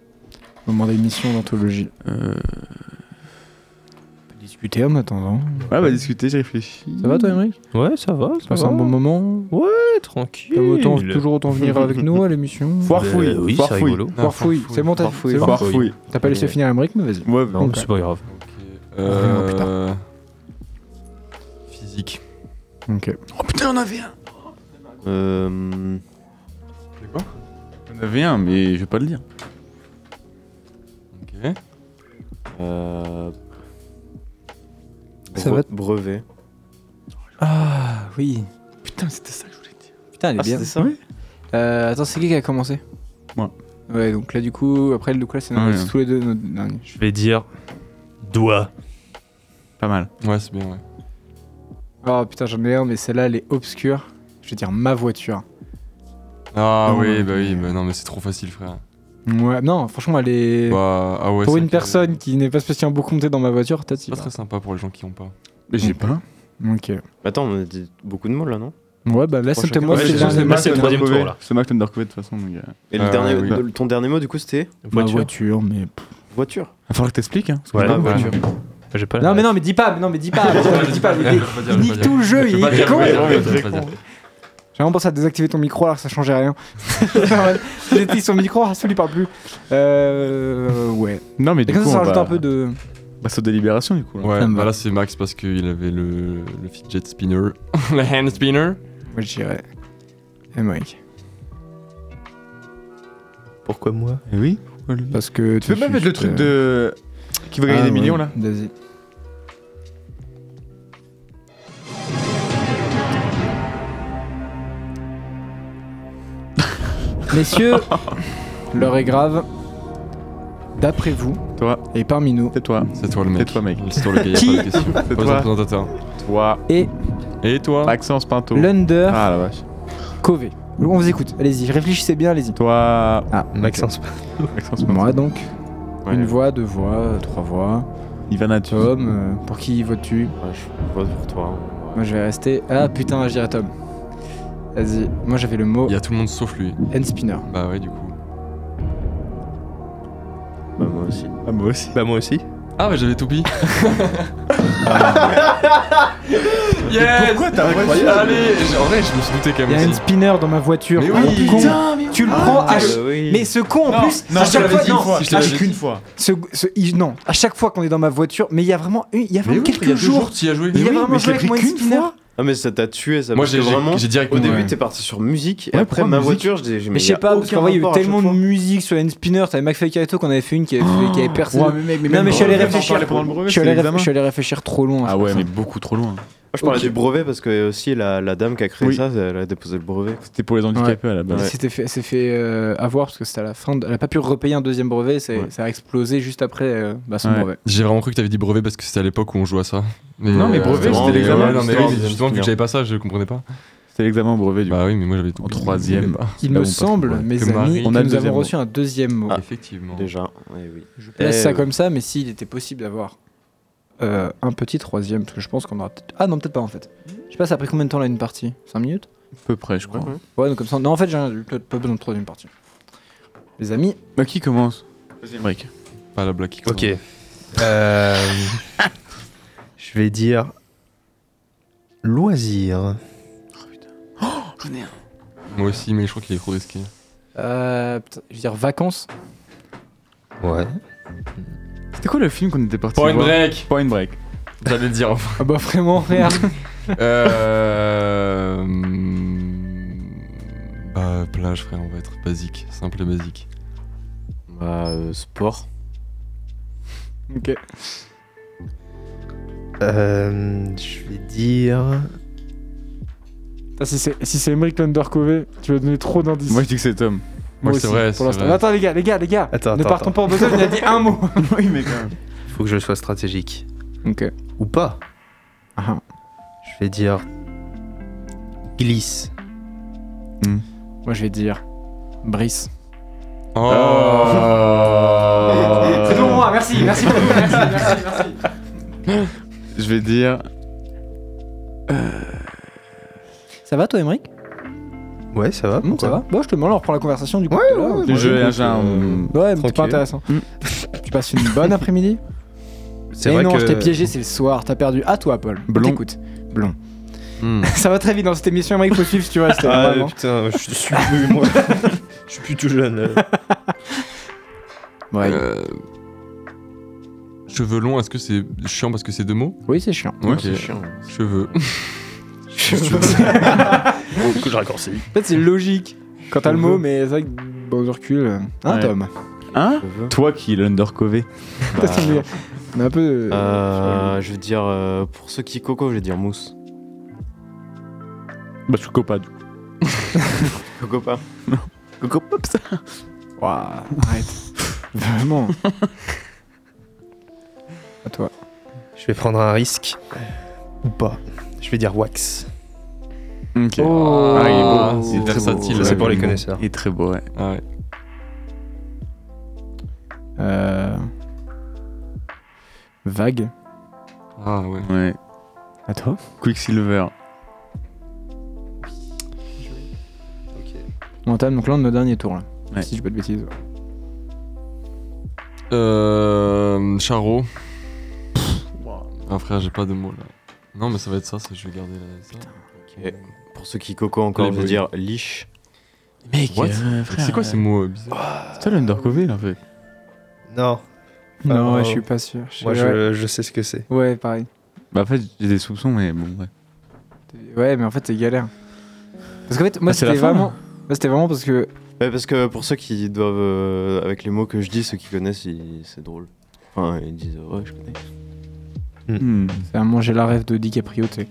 Moment d'émission d'anthologie.
euh,
On peut discuter en attendant.
Ouais, bah discuter, j'ai réfléchi.
Ça va toi, Emmerich
Ouais, ça va, ça
Passe
va.
un bon moment
Ouais, tranquille.
T'as autant, toujours autant venir avec nous à l'émission
[LAUGHS] Foire fouille.
Euh, oui,
foire
c'est
fouille.
rigolo.
Parfouille, c'est bon, t'as c'est bon.
Foire fouille.
T'as pas laissé finir Emmerich, mais vas-y.
Ouais,
Non,
Ok.
c'est pas grave.
Oh, putain.
Euh, Physique.
Ok.
Oh putain, on avait un.
Euh,
On avait un, mais je vais pas le dire.
Ok.
euh,
Ça
bre-
va
brevet.
Ah, oui.
Putain, c'était ça que je voulais dire. Ah,
Putain,
Eh
elle est bien.
Oui.
Euh, attends, c'est qui qui a commencé
Moi.
Ouais, donc là, du coup, après, du coup, là, c'est
Ah,
nos-
ouais.
c'est tous les deux. nos- non,
Je vais dire doigt.
Pas mal.
Ouais, c'est bien, ouais.
Oh putain, j'en ai un, mais celle-là, elle est obscure. Je vais dire ma voiture.
Ah
Non,
oui,
mais-
bah oui, bah non, mais c'est trop facile, frère.
Ouais, non, franchement, elle est.
Bah, ah ouais,
pour
c'est
une
que-
personne qui n'est pas spécialement beaucoup comptée dans ma voiture, peut-être.
C'est pas très sympa pour les gens qui ont pas.
Mais j'ai pas.
Ok.
Attends, on a dit beaucoup de mots là, non
Ouais, bah là,
Pour
c'était
chacun.
moi,
Ouais,
c'est
j'ai-
le dernier
j'ai-
mot.
moi, c'est le troisième tour, là.
C'est Mac Undercover de toute façon, donc. euh,
Et le
Ah,
dernier,
oui.
le- ton dernier mot, du coup, c'était
Ma
Voiture.
voiture, mais.
voiture.
Il va falloir que t'expliques, hein. parce que
Ouais,
j'ai pas
bah,
compris.
J'ai pas la-
Non, mais non, mais dis pas, mais non, mais dis pas, putain, mais dis pas, mais dis- il nique tout le jeu, il est con. J'ai vraiment pensé à désactiver ton micro alors que ça changeait rien. [LAUGHS] Il était sur le micro, ah, ça lui parle plus. Euh. Ouais.
Non, mais
Et
du
comme
coup.
ça, ça
on
rajoute
va-
un peu de.
On passe aux délibérations, du coup. là.
Ouais,
Ça me
bah
va.
là c'est Max parce qu'il avait le, le fidget spinner, [LAUGHS] le hand spinner.
Moi, je dirais. Et Mike.
Pourquoi moi
Eh Oui.
Parce que.
Tu peux pas
suis
mettre le
juste,
truc
euh,
de. Qui veut gagner
Ah,
des
ouais.
millions, là
Vas-y. [LAUGHS] Messieurs, l'heure est grave. D'après vous,
Toi.
et parmi nous,
C'est toi.
C'est toi le mec.
C'est toi, mec.
C'est toi le gars, y a
Qui
pas de question. Pose un
toi.
présentateur.
Toi.
et
Et toi
Maxence Pinto.
l'Under
Ah la vache.
Covey. On vous écoute, allez-y, réfléchissez bien, allez-y.
Toi.
Ah,
Maxence.
Maxence Pinto.
Moi donc,
Ouais.
une voix, deux voix, trois voix.
Ivana, tu.
Tom, euh, pour qui votes-tu
Ouais, je vote pour toi. hein.
Moi je vais rester. Ah putain, je dirais Tom. Vas-y, moi j'avais le mot
Il y a tout le monde sauf lui.
end spinner.
Bah ouais, du coup.
Bah, moi aussi.
Ah, moi aussi.
Bah moi aussi.
Ah ouais, j'avais tout [LAUGHS] pis.
Yes Pourquoi t'as
Allez, en vrai, je me suis douté quand
Il y a
même
un
aussi.
spinner dans ma voiture.
Mais
Ah,
oui.
le con.
mais
tu le prends à ch-
Ah, oui.
Mais ce con en plus, à
je te
chaque
l'avais
fois,
dit une
non,
fois. Ah, Je te
à
l'avais
chaque-
dit qu'une fois.
ce- ce- il- non, à chaque fois qu'on est dans ma voiture, mais il y a vraiment, une- il y a
Mais
vraiment
oui, il y
quelques
a deux
jours,
jours, tu y as joué.
il y a
oui,
vraiment
mais
joué
je l'ai
avec moi
pris
une
qu'une
spinner.
fois.
Ah mais ça t'a tué ça.
Moi,
parce
j'ai-
que
j'ai-
vraiment.
j'ai direct-
Au début
ouais.
t'es parti sur musique et
Ouais,
après
pourquoi
ma
musique
voiture j'ai. j'ai-
Mais je
y
sais
a
pas, parce
aucun
qu'en vrai, il y a eu
rapport à chaque
tellement de
fois.
musique sur N Spinner, t'avais McFly Kaito qu'on avait fait une qui avait, fait- qui avait percé.
Oh. Ouais, mais mec, mais
non,
même
mais je suis allé
on en
réfléchir.
parlait pendant le brevet,
je, suis allé
c'était
réf-
l'examen.
je suis allé réfléchir trop loin. hein.
Ah ouais, mais beaucoup trop loin.
Moi, je parlais
Ok.
du brevet parce que euh, aussi la, la dame qui a créé
Oui.
ça, elle a déposé le brevet.
C'était pour les handicapés à la base.
C'était fait, s'est fait euh, avoir parce que c'était à la fin. de- Elle a pas pu repayer un deuxième brevet, c'est-
Ouais.
ça a explosé juste après euh, bah, son
Ouais.
brevet.
J'ai vraiment cru que t'avais dit brevet parce que c'était à l'époque où on jouait à ça.
Non, mais brevet,
euh,
c'était
ouais,
l'examen,
ouais, non, mais
c'était
oui,
l'examen.
justement, vu que j'avais pas ça, je comprenais pas.
C'était l'examen au brevet du coup.
Bah oui, mais moi j'avais tout.
En troisième.
Il
Là où
me
on passe-
semble,
ouais.
mes
que
amis,
Marie-
on
On a le
nous
deuxième
avons
mot.
reçu un deuxième Ah. mot.
Effectivement.
Déjà. Ouais, oui.
Je place
Eh,
ça
oui.
comme ça, mais s'il était possible d'avoir euh, un petit troisième, parce que je pense qu'on aura peut-être. Ah non, peut-être pas en fait. Je sais pas, ça a pris combien de temps là une partie 5 minutes
À peu près, je crois.
Ouais, donc comme ça. Non, en fait, j'ai rien- pas besoin de troisième partie. Les amis,
Bah, qui commence Vas-y, Emmerich.
Pas la blague. qui
Ok.
compte.
[LAUGHS]
Euh, je vais dire loisir.
Moi aussi, mais je crois qu'il est trop risqué.
euh, putain, je veux dire vacances.
Ouais.
C'était quoi le film qu'on était parti
Point
voir
break
Point Break.
J'allais le dire enfin.
Ah bah vraiment, [LAUGHS] frère.
Euh. [LAUGHS] hum, Bah, plage, frère, on va être basique, simple et basique.
Bah, euh, sport.
ok.
Euh, je vais dire.
Putain, Ah, si c'est si c'est Emmerich Undercover, tu vas donner trop d'indices.
Moi, je dis que c'est Tom.
Moi, c'est
aussi,
vrai, c'est
Pour l'instant.
vrai.
Attends les gars, les gars, les gars.
Attends,
ne
attends,
partons
attends.
pas en besogne. Il a dit un mot.
oui, mais quand même.
Faut que je sois stratégique.
Ok.
Ou pas.
Ah.
Je vais dire. Glisse.
Moi je vais dire Brice.
Oh
Euh,
C'est bon moi. Ah, Merci, merci beaucoup. Merci, merci, merci.
Je vais dire.
[LAUGHS] Ça va toi, Emmerich
Ouais, Mmh, Hmm, ça va.
Ça va. Bon, je te demande, on reprend la conversation du coup. Ouais, ouais.
Je- J'ai un.
Ouais, mais c'est pas
Tranquille.
intéressant.
Mm.
tu passes une bonne après-midi
C'est
Eh
vrai
non,
que
je t'ai piégé, c'est le soir. T'as perdu. À toi, Paul.
Blond.
Écoute, blond.
Hmm.
[LAUGHS] Ça va très vite dans cette émission, Mike, faut suivre si tu vois. c'était
Ah
vraiment-
putain, je suis plus moi. [LAUGHS] Je suis plus tout jeune. euh.
Ouais.
Euh, Cheveux longs, est-ce que c'est chiant parce que c'est deux mots
Oui, c'est chiant.
Ok. Cheveux.
[LAUGHS]
Bon, du coup, je raccourcis.
En fait, c'est logique quand t'as le mot, mais c'est vrai que bon, je recule. euh, Hein,
Ouais.
Tom
Hein Toi qui est l'undercover.
Parce qu'on est- On est Bah, un peu.
Euh, je vais dire euh, pour ceux qui coco, je vais dire mousse.
Bah, je suis copain du coup.
Coco pas.
Coco Pops.
Ouah, arrête. [LAUGHS] Vraiment. À toi.
Je vais prendre un risque. Ou pas. Je vais dire wax.
Ok.
Oh.
Ah, il est beau.
c'est
très beau.
versatile.
Ça, c'est
ouais,
pour les
comme
connaisseurs.
Il est très beau, ouais.
mot. Ah ouais.
Euh, Vague.
Ah ouais.
Ouais.
À toi.
Quicksilver.
On entame donc l'un de nos derniers tours là.
Ouais.
Si je dis pas de bêtises.
Euh. Charo. Ah frère, j'ai pas de mots là. Non, mais ça va être ça, ça, je vais garder là.
Pour ceux qui coco encore,
Les
je vais
bruits.
dire liche.
Mec, euh,
What
frère,
C'est quoi ces mots euh, bizarres
C'est toi l'undercover, là, en fait.
Non.
Non,
euh,
je suis pas sûr.
Moi,
ouais.
je, je sais ce que c'est.
ouais, pareil.
Bah, en fait, j'ai des soupçons, mais bon, ouais.
Ouais, mais en fait, c'est galère. Parce qu'en fait, moi,
Ah, c'est la
c'était
fin,
vraiment. moi, c'était vraiment parce que.
Ouais, parce que pour ceux qui doivent, euh, avec les mots que je dis, ceux qui connaissent, ils- c'est drôle. Enfin, ils disent ouais, je connais.
Hmm.
C'est vraiment, j'ai la rêve de DiCaprio, tu sais.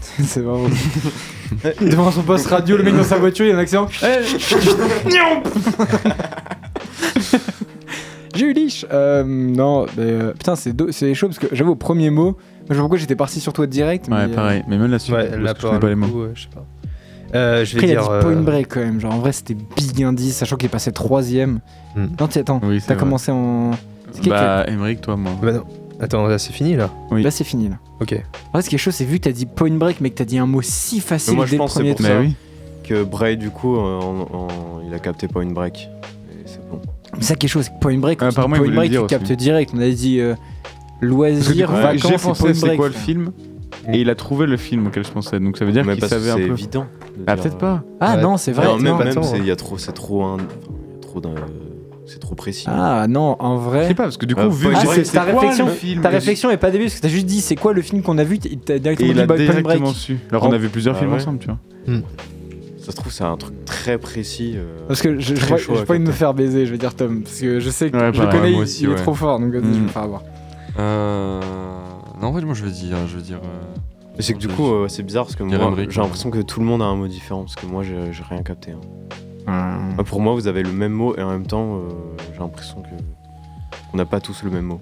[LAUGHS] c'est vraiment. [LAUGHS] Eh, Devant son poste radio, le mec dans sa voiture, il y a un accident. [LAUGHS] j'ai eu liche Euh, Non, mais. euh, putain, c'est, do- c'est chaud parce que j'avoue, au premier mot, moi, je sais pas pourquoi j'étais parti sur toi direct.
Ouais,
mais, euh,
pareil. Mais même la suite,
Ouais,
parce
là,
que je connais pas les mots.
je sais pas. Euh, je vais
Après, il a
dire.
dit
euh,
Point Break quand même. Genre, en vrai, c'était big indice, sachant qu'il est passé troisième.
Hmm.
Non, tiens, attends,
Oui, c'est
t'as
vrai.
commencé en. C'est qui
Bah, Emmerich, toi, moi.
bah non. Attends, là, c'est fini là.
Oui.
Là, c'est fini, là.
Ok.
En fait, ce qui est chaud, c'est vu que t'as dit point break, mais que t'as dit un mot si facile
Mais moi, je
dès
pense
le
que c'est
premier tour.
pour
Mais
ça.
Bah, oui.
Que Bray, du coup, euh, en- en- il a capté pas une break. Et c'est bon.
Mais ça qui est chaud, c'est que point break, quand
Ah,
tu dis
apparemment, il
point
voulait
break,
le
tu
dire
captes
aussi.
direct. On avait dit euh,
Parce que du
loisirs,
coup,
vacances,
j'ai
et
pensé,
point
c'est
break.
quoi le film Et il a trouvé le film auquel je pensais, donc ça veut dire
Même
qu'il
parce que
savait un
bah, c'est
peu.
évident. de
Ah,
dire,
peut-être pas.
Ah
Ouais.
non, c'est vrai.
Non, même,
non.
même,
attends.
c'est- il y a trop, c'est trop un, enfin, il y a trop d'un. C'est trop précis.
Ah non, en
Je sais
vrai.
pas, parce que du coup,
Ah,
vu
Ah,
que
c'est-
j'ai
ta réflexion,
film
ta
que j'ai-
réflexion est pas débile parce que t'as juste dit c'est quoi le film qu'on a vu, il t'a
Et
directement
il
dit
a
Boy Point Break.
directement su. Alors qu'on
Ah,
a vu plusieurs
bah
films
ouais.
ensemble, tu vois.
ça se trouve, c'est un truc très précis. euh,
Parce que je, je
Très
crois-
chaud
j'ai
à
pas envie de me
capter.
faire baiser, je veux dire Tom, parce que je sais que
Ouais,
je le
pareil,
connais,
moi
il-
aussi,
il est
ouais.
trop fort, donc vas-y, je vais
Mm.
me faire avoir.
Euh... Non, en fait, moi je vais dire. Je vais dire euh,
Mais c'est que du coup, euh, c'est bizarre parce que
Guillaume
moi,
Rick.
j'ai l'impression que tout le monde a un mot différent parce que moi, j'ai j'ai rien capté. hein.
Euh,
Ah, Pour moi, vous avez le même mot et en même temps, euh, j'ai l'impression que on n'a pas tous le même mot.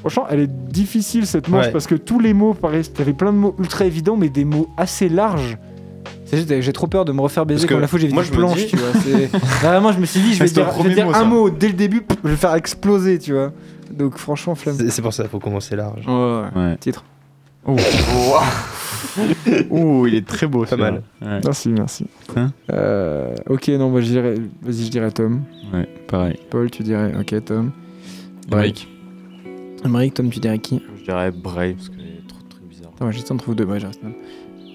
Franchement, elle est difficile cette manche
Ouais.
parce que tous les mots paraissent. T'avais plein de mots ultra évidents, mais des mots assez larges.
C'est juste que j'ai trop peur de me refaire baiser
Parce que
comme la fois où j'ai vu
moi,
une
je me
planche,
dis-
tu vois. c'est- Là, vraiment, je me suis dit, je vais
C'est ton
dire, je vais
premier
dire
mot,
un
ça.
mot dès le début, pff, je vais faire exploser, tu vois. Donc franchement, flamme.
C'est c'est pour ça qu'il faut commencer large.
Ouais,
Ouais.
Titre.
Ouh, il est très beau.
Pas mal.
Ouais,
Merci, merci.
Hein
Euh, ok, non, bah, je dirais, vas-y, je dirais Tom.
ouais, pareil.
Paul, tu dirais, ok, Tom.
Break.
Aymeric, Tom, tu dirais qui
Je dirais Bray parce qu'il y a trop de trucs bizarres.
Attends, j'hésite entre vous deux, Bray, je reste mal.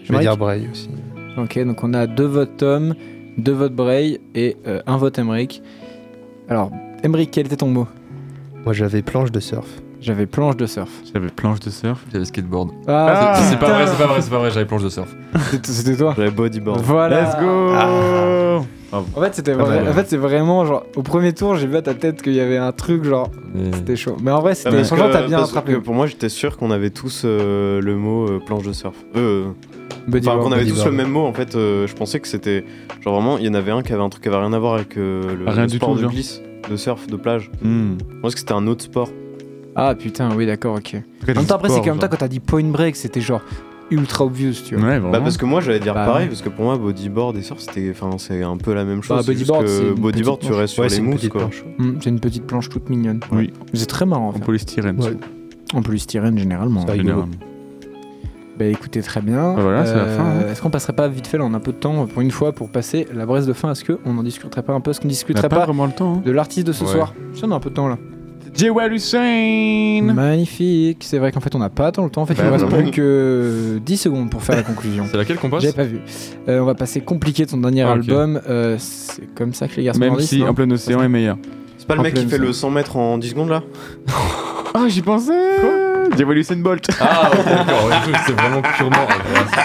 Je vais
Mike
dire Braille aussi.
Ok, donc on a deux votes Tom, deux votes Bray et euh, un vote Emmerich. Alors, Emmerich, quel était ton mot
Moi j'avais planche de surf.
J'avais planche de surf.
J'avais planche de surf.
J'avais skateboard.
Ah,
C'est pas vrai, c'est pas vrai, c'est pas vrai, j'avais planche de surf.
c'était- c'était toi.
J'avais bodyboard.
Voilà.
Let's go Ah.
En fait, c'était
Pas
vrai-
mal.
en fait, c'est vraiment genre au premier tour, j'ai vu à ta tête qu'il y avait un truc genre
Mais-
c'était chaud. Mais en vrai,
Ah,
c'était
parce
son genre,
que-
t'as bien
parce
rattrapé.
que Pour moi, j'étais sûr qu'on avait tous euh, le mot euh, planche de surf. Euh, enfin,
Bodyboard.
qu'on avait tous
bodyboard.
le même mot en fait. euh, je pensais que c'était genre vraiment, il y en avait un qui avait un truc qui avait rien à voir avec euh, le,
Rien
le
du
sport
tout,
de
genre.
glisse, de surf, de plage.
Hmm.
Je pense que c'était un autre sport.
Ah putain, oui, d'accord, ok.
Quel
En même temps, après, c'est
sport,
qu'en même temps,
genre.
quand t'as dit Point Break, c'était genre ultra obvious, tu vois.
Ouais,
Bah
vraiment.
parce que moi j'allais dire
Bah,
pareil
ouais.
parce que pour moi bodyboard et surf c'était enfin c'est un peu la même chose.
Bah,
c'est juste
bodyboard,
que
c'est une
bodyboard
petite
tu restes sur
Ouais, c'est
les
une
mousses
petite
quoi.
planche.
Hmm, c'est une petite planche toute mignonne.
Oui.
C'est très marrant. En
En
fait.
polystyrène.
Ouais.
En polystyrène, généralement.
C'est
en
rigolo.
général.
Bah écoutez, très bien. Euh,
Bah voilà, c'est la fin, hein.
Est-ce qu'on passerait pas vite fait, là on a un peu de temps pour une fois pour passer la braise de fin Est-ce qu'on en discuterait pas un peu Est-ce qu'on
On
discuterait
n'a pas
pas,
vraiment le temps. hein.
de l'artiste de ce
Ouais.
soir Si on a un peu de temps là.
Jewel Hussein
Magnifique, c'est vrai qu'en fait on n'a pas tant le temps. En fait, il
Bah,
nous reste
vraiment.
plus que 10 secondes
[LAUGHS]
pour faire la conclusion.
C'est laquelle qu'on passe
J'avais pas vu. Euh, on va passer compliqué de son dernier
Ah, ok.
album. Euh, c'est comme ça que les garçons
Même
en disent,
si
non
En plein océan est meilleur.
C'est pas
En
le mec qui
pleine
fait
salle.
le 100 mètres en 10 secondes là
Ah, j'y pensais Jewel Hussein Bolt
Ah, ok, d'accord, ouais, c'est vraiment purement. euh,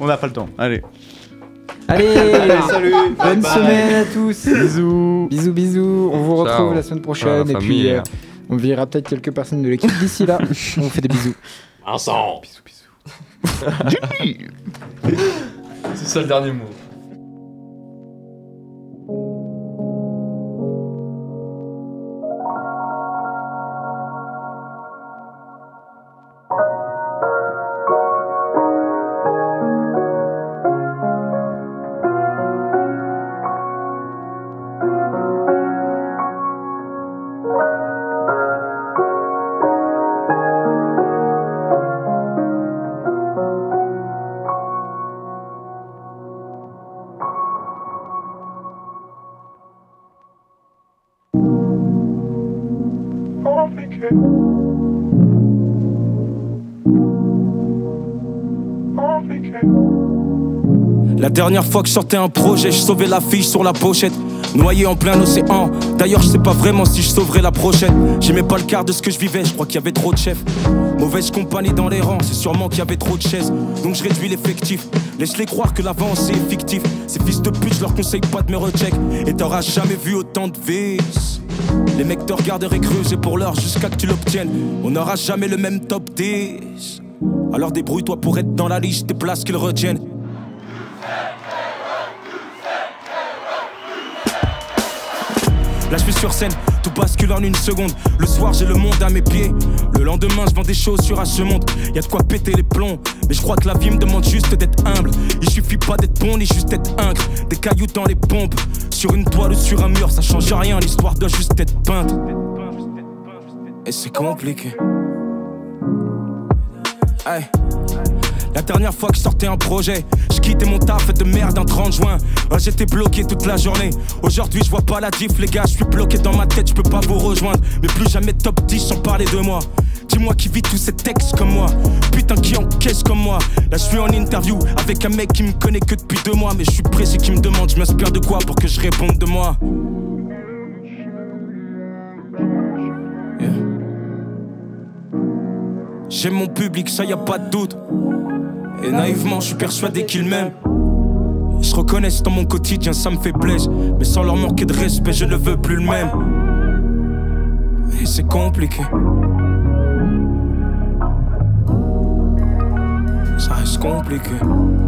On n'a pas le temps. Allez.
Allez,
Salut
bonne semaine à tous.
Bisous
Bisous, bisous. On vous retrouve
Ciao.
la semaine
Ah,
prochaine.
la
et
famille,
puis, euh,
hein.
on verra peut-être quelques personnes de l'équipe
[LAUGHS]
d'ici là. on vous fait des bisous.
Vincent
C'est ça le dernier mot.
La dernière fois que je sortais un projet, je sauvais la fille sur la pochette. Noyé en plein océan. D'ailleurs, je sais pas vraiment si je sauverai la prochaine. J'aimais pas le quart de ce que je vivais, je crois qu'il y avait trop de chefs. Mauvaise compagnie dans les rangs, c'est sûrement qu'il y avait trop de chaises. Donc je réduis l'effectif. Laisse-les croire que l'avance est fictif. Ces fils de pute, je leur conseille pas de me recheck. Et t'auras jamais vu autant de vis. Les mecs te regarderaient creuser pour l'heure jusqu'à que tu l'obtiennes. On n'aura jamais le même top 10. Alors débrouille-toi pour être dans la liste des places qu'ils retiennent. Là je suis sur scène, tout bascule en une seconde. Le soir j'ai le monde à mes pieds. Le lendemain je vends des chaussures à ce monde. Y a de quoi péter les plombs. Mais je crois que la vie me demande juste d'être humble. Il suffit pas d'être bon ni juste d'être ingre. Des cailloux dans les pompes. Sur une toile ou sur un mur, ça change rien. L'histoire doit juste être peinte. Et c'est compliqué. Hey. La dernière fois que je sortais un projet, je quittais mon taf de merde en 30 juin. Ah, J'étais bloqué toute la journée. Aujourd'hui, je vois pas la diff, les gars. Je suis bloqué dans ma tête, je peux pas vous rejoindre. Mais plus jamais top 10 sans parler de moi. Dis-moi qui vit tous ces textes comme moi. Putain, qui encaisse comme moi. Là, je suis en interview avec un mec qui me connaît que depuis deux mois. Mais je suis pressé qui me demande, je m'inspire de quoi pour que je réponde de moi. Yeah. J'aime mon public, ça y a pas de doute. Et naïvement, je suis persuadé qu'ils m'aiment. Je reconnaissent dans mon quotidien, ça me fait plaisir. Mais sans leur manquer de respect, je ne veux plus le même. Et c'est compliqué. Ça reste compliqué. Oh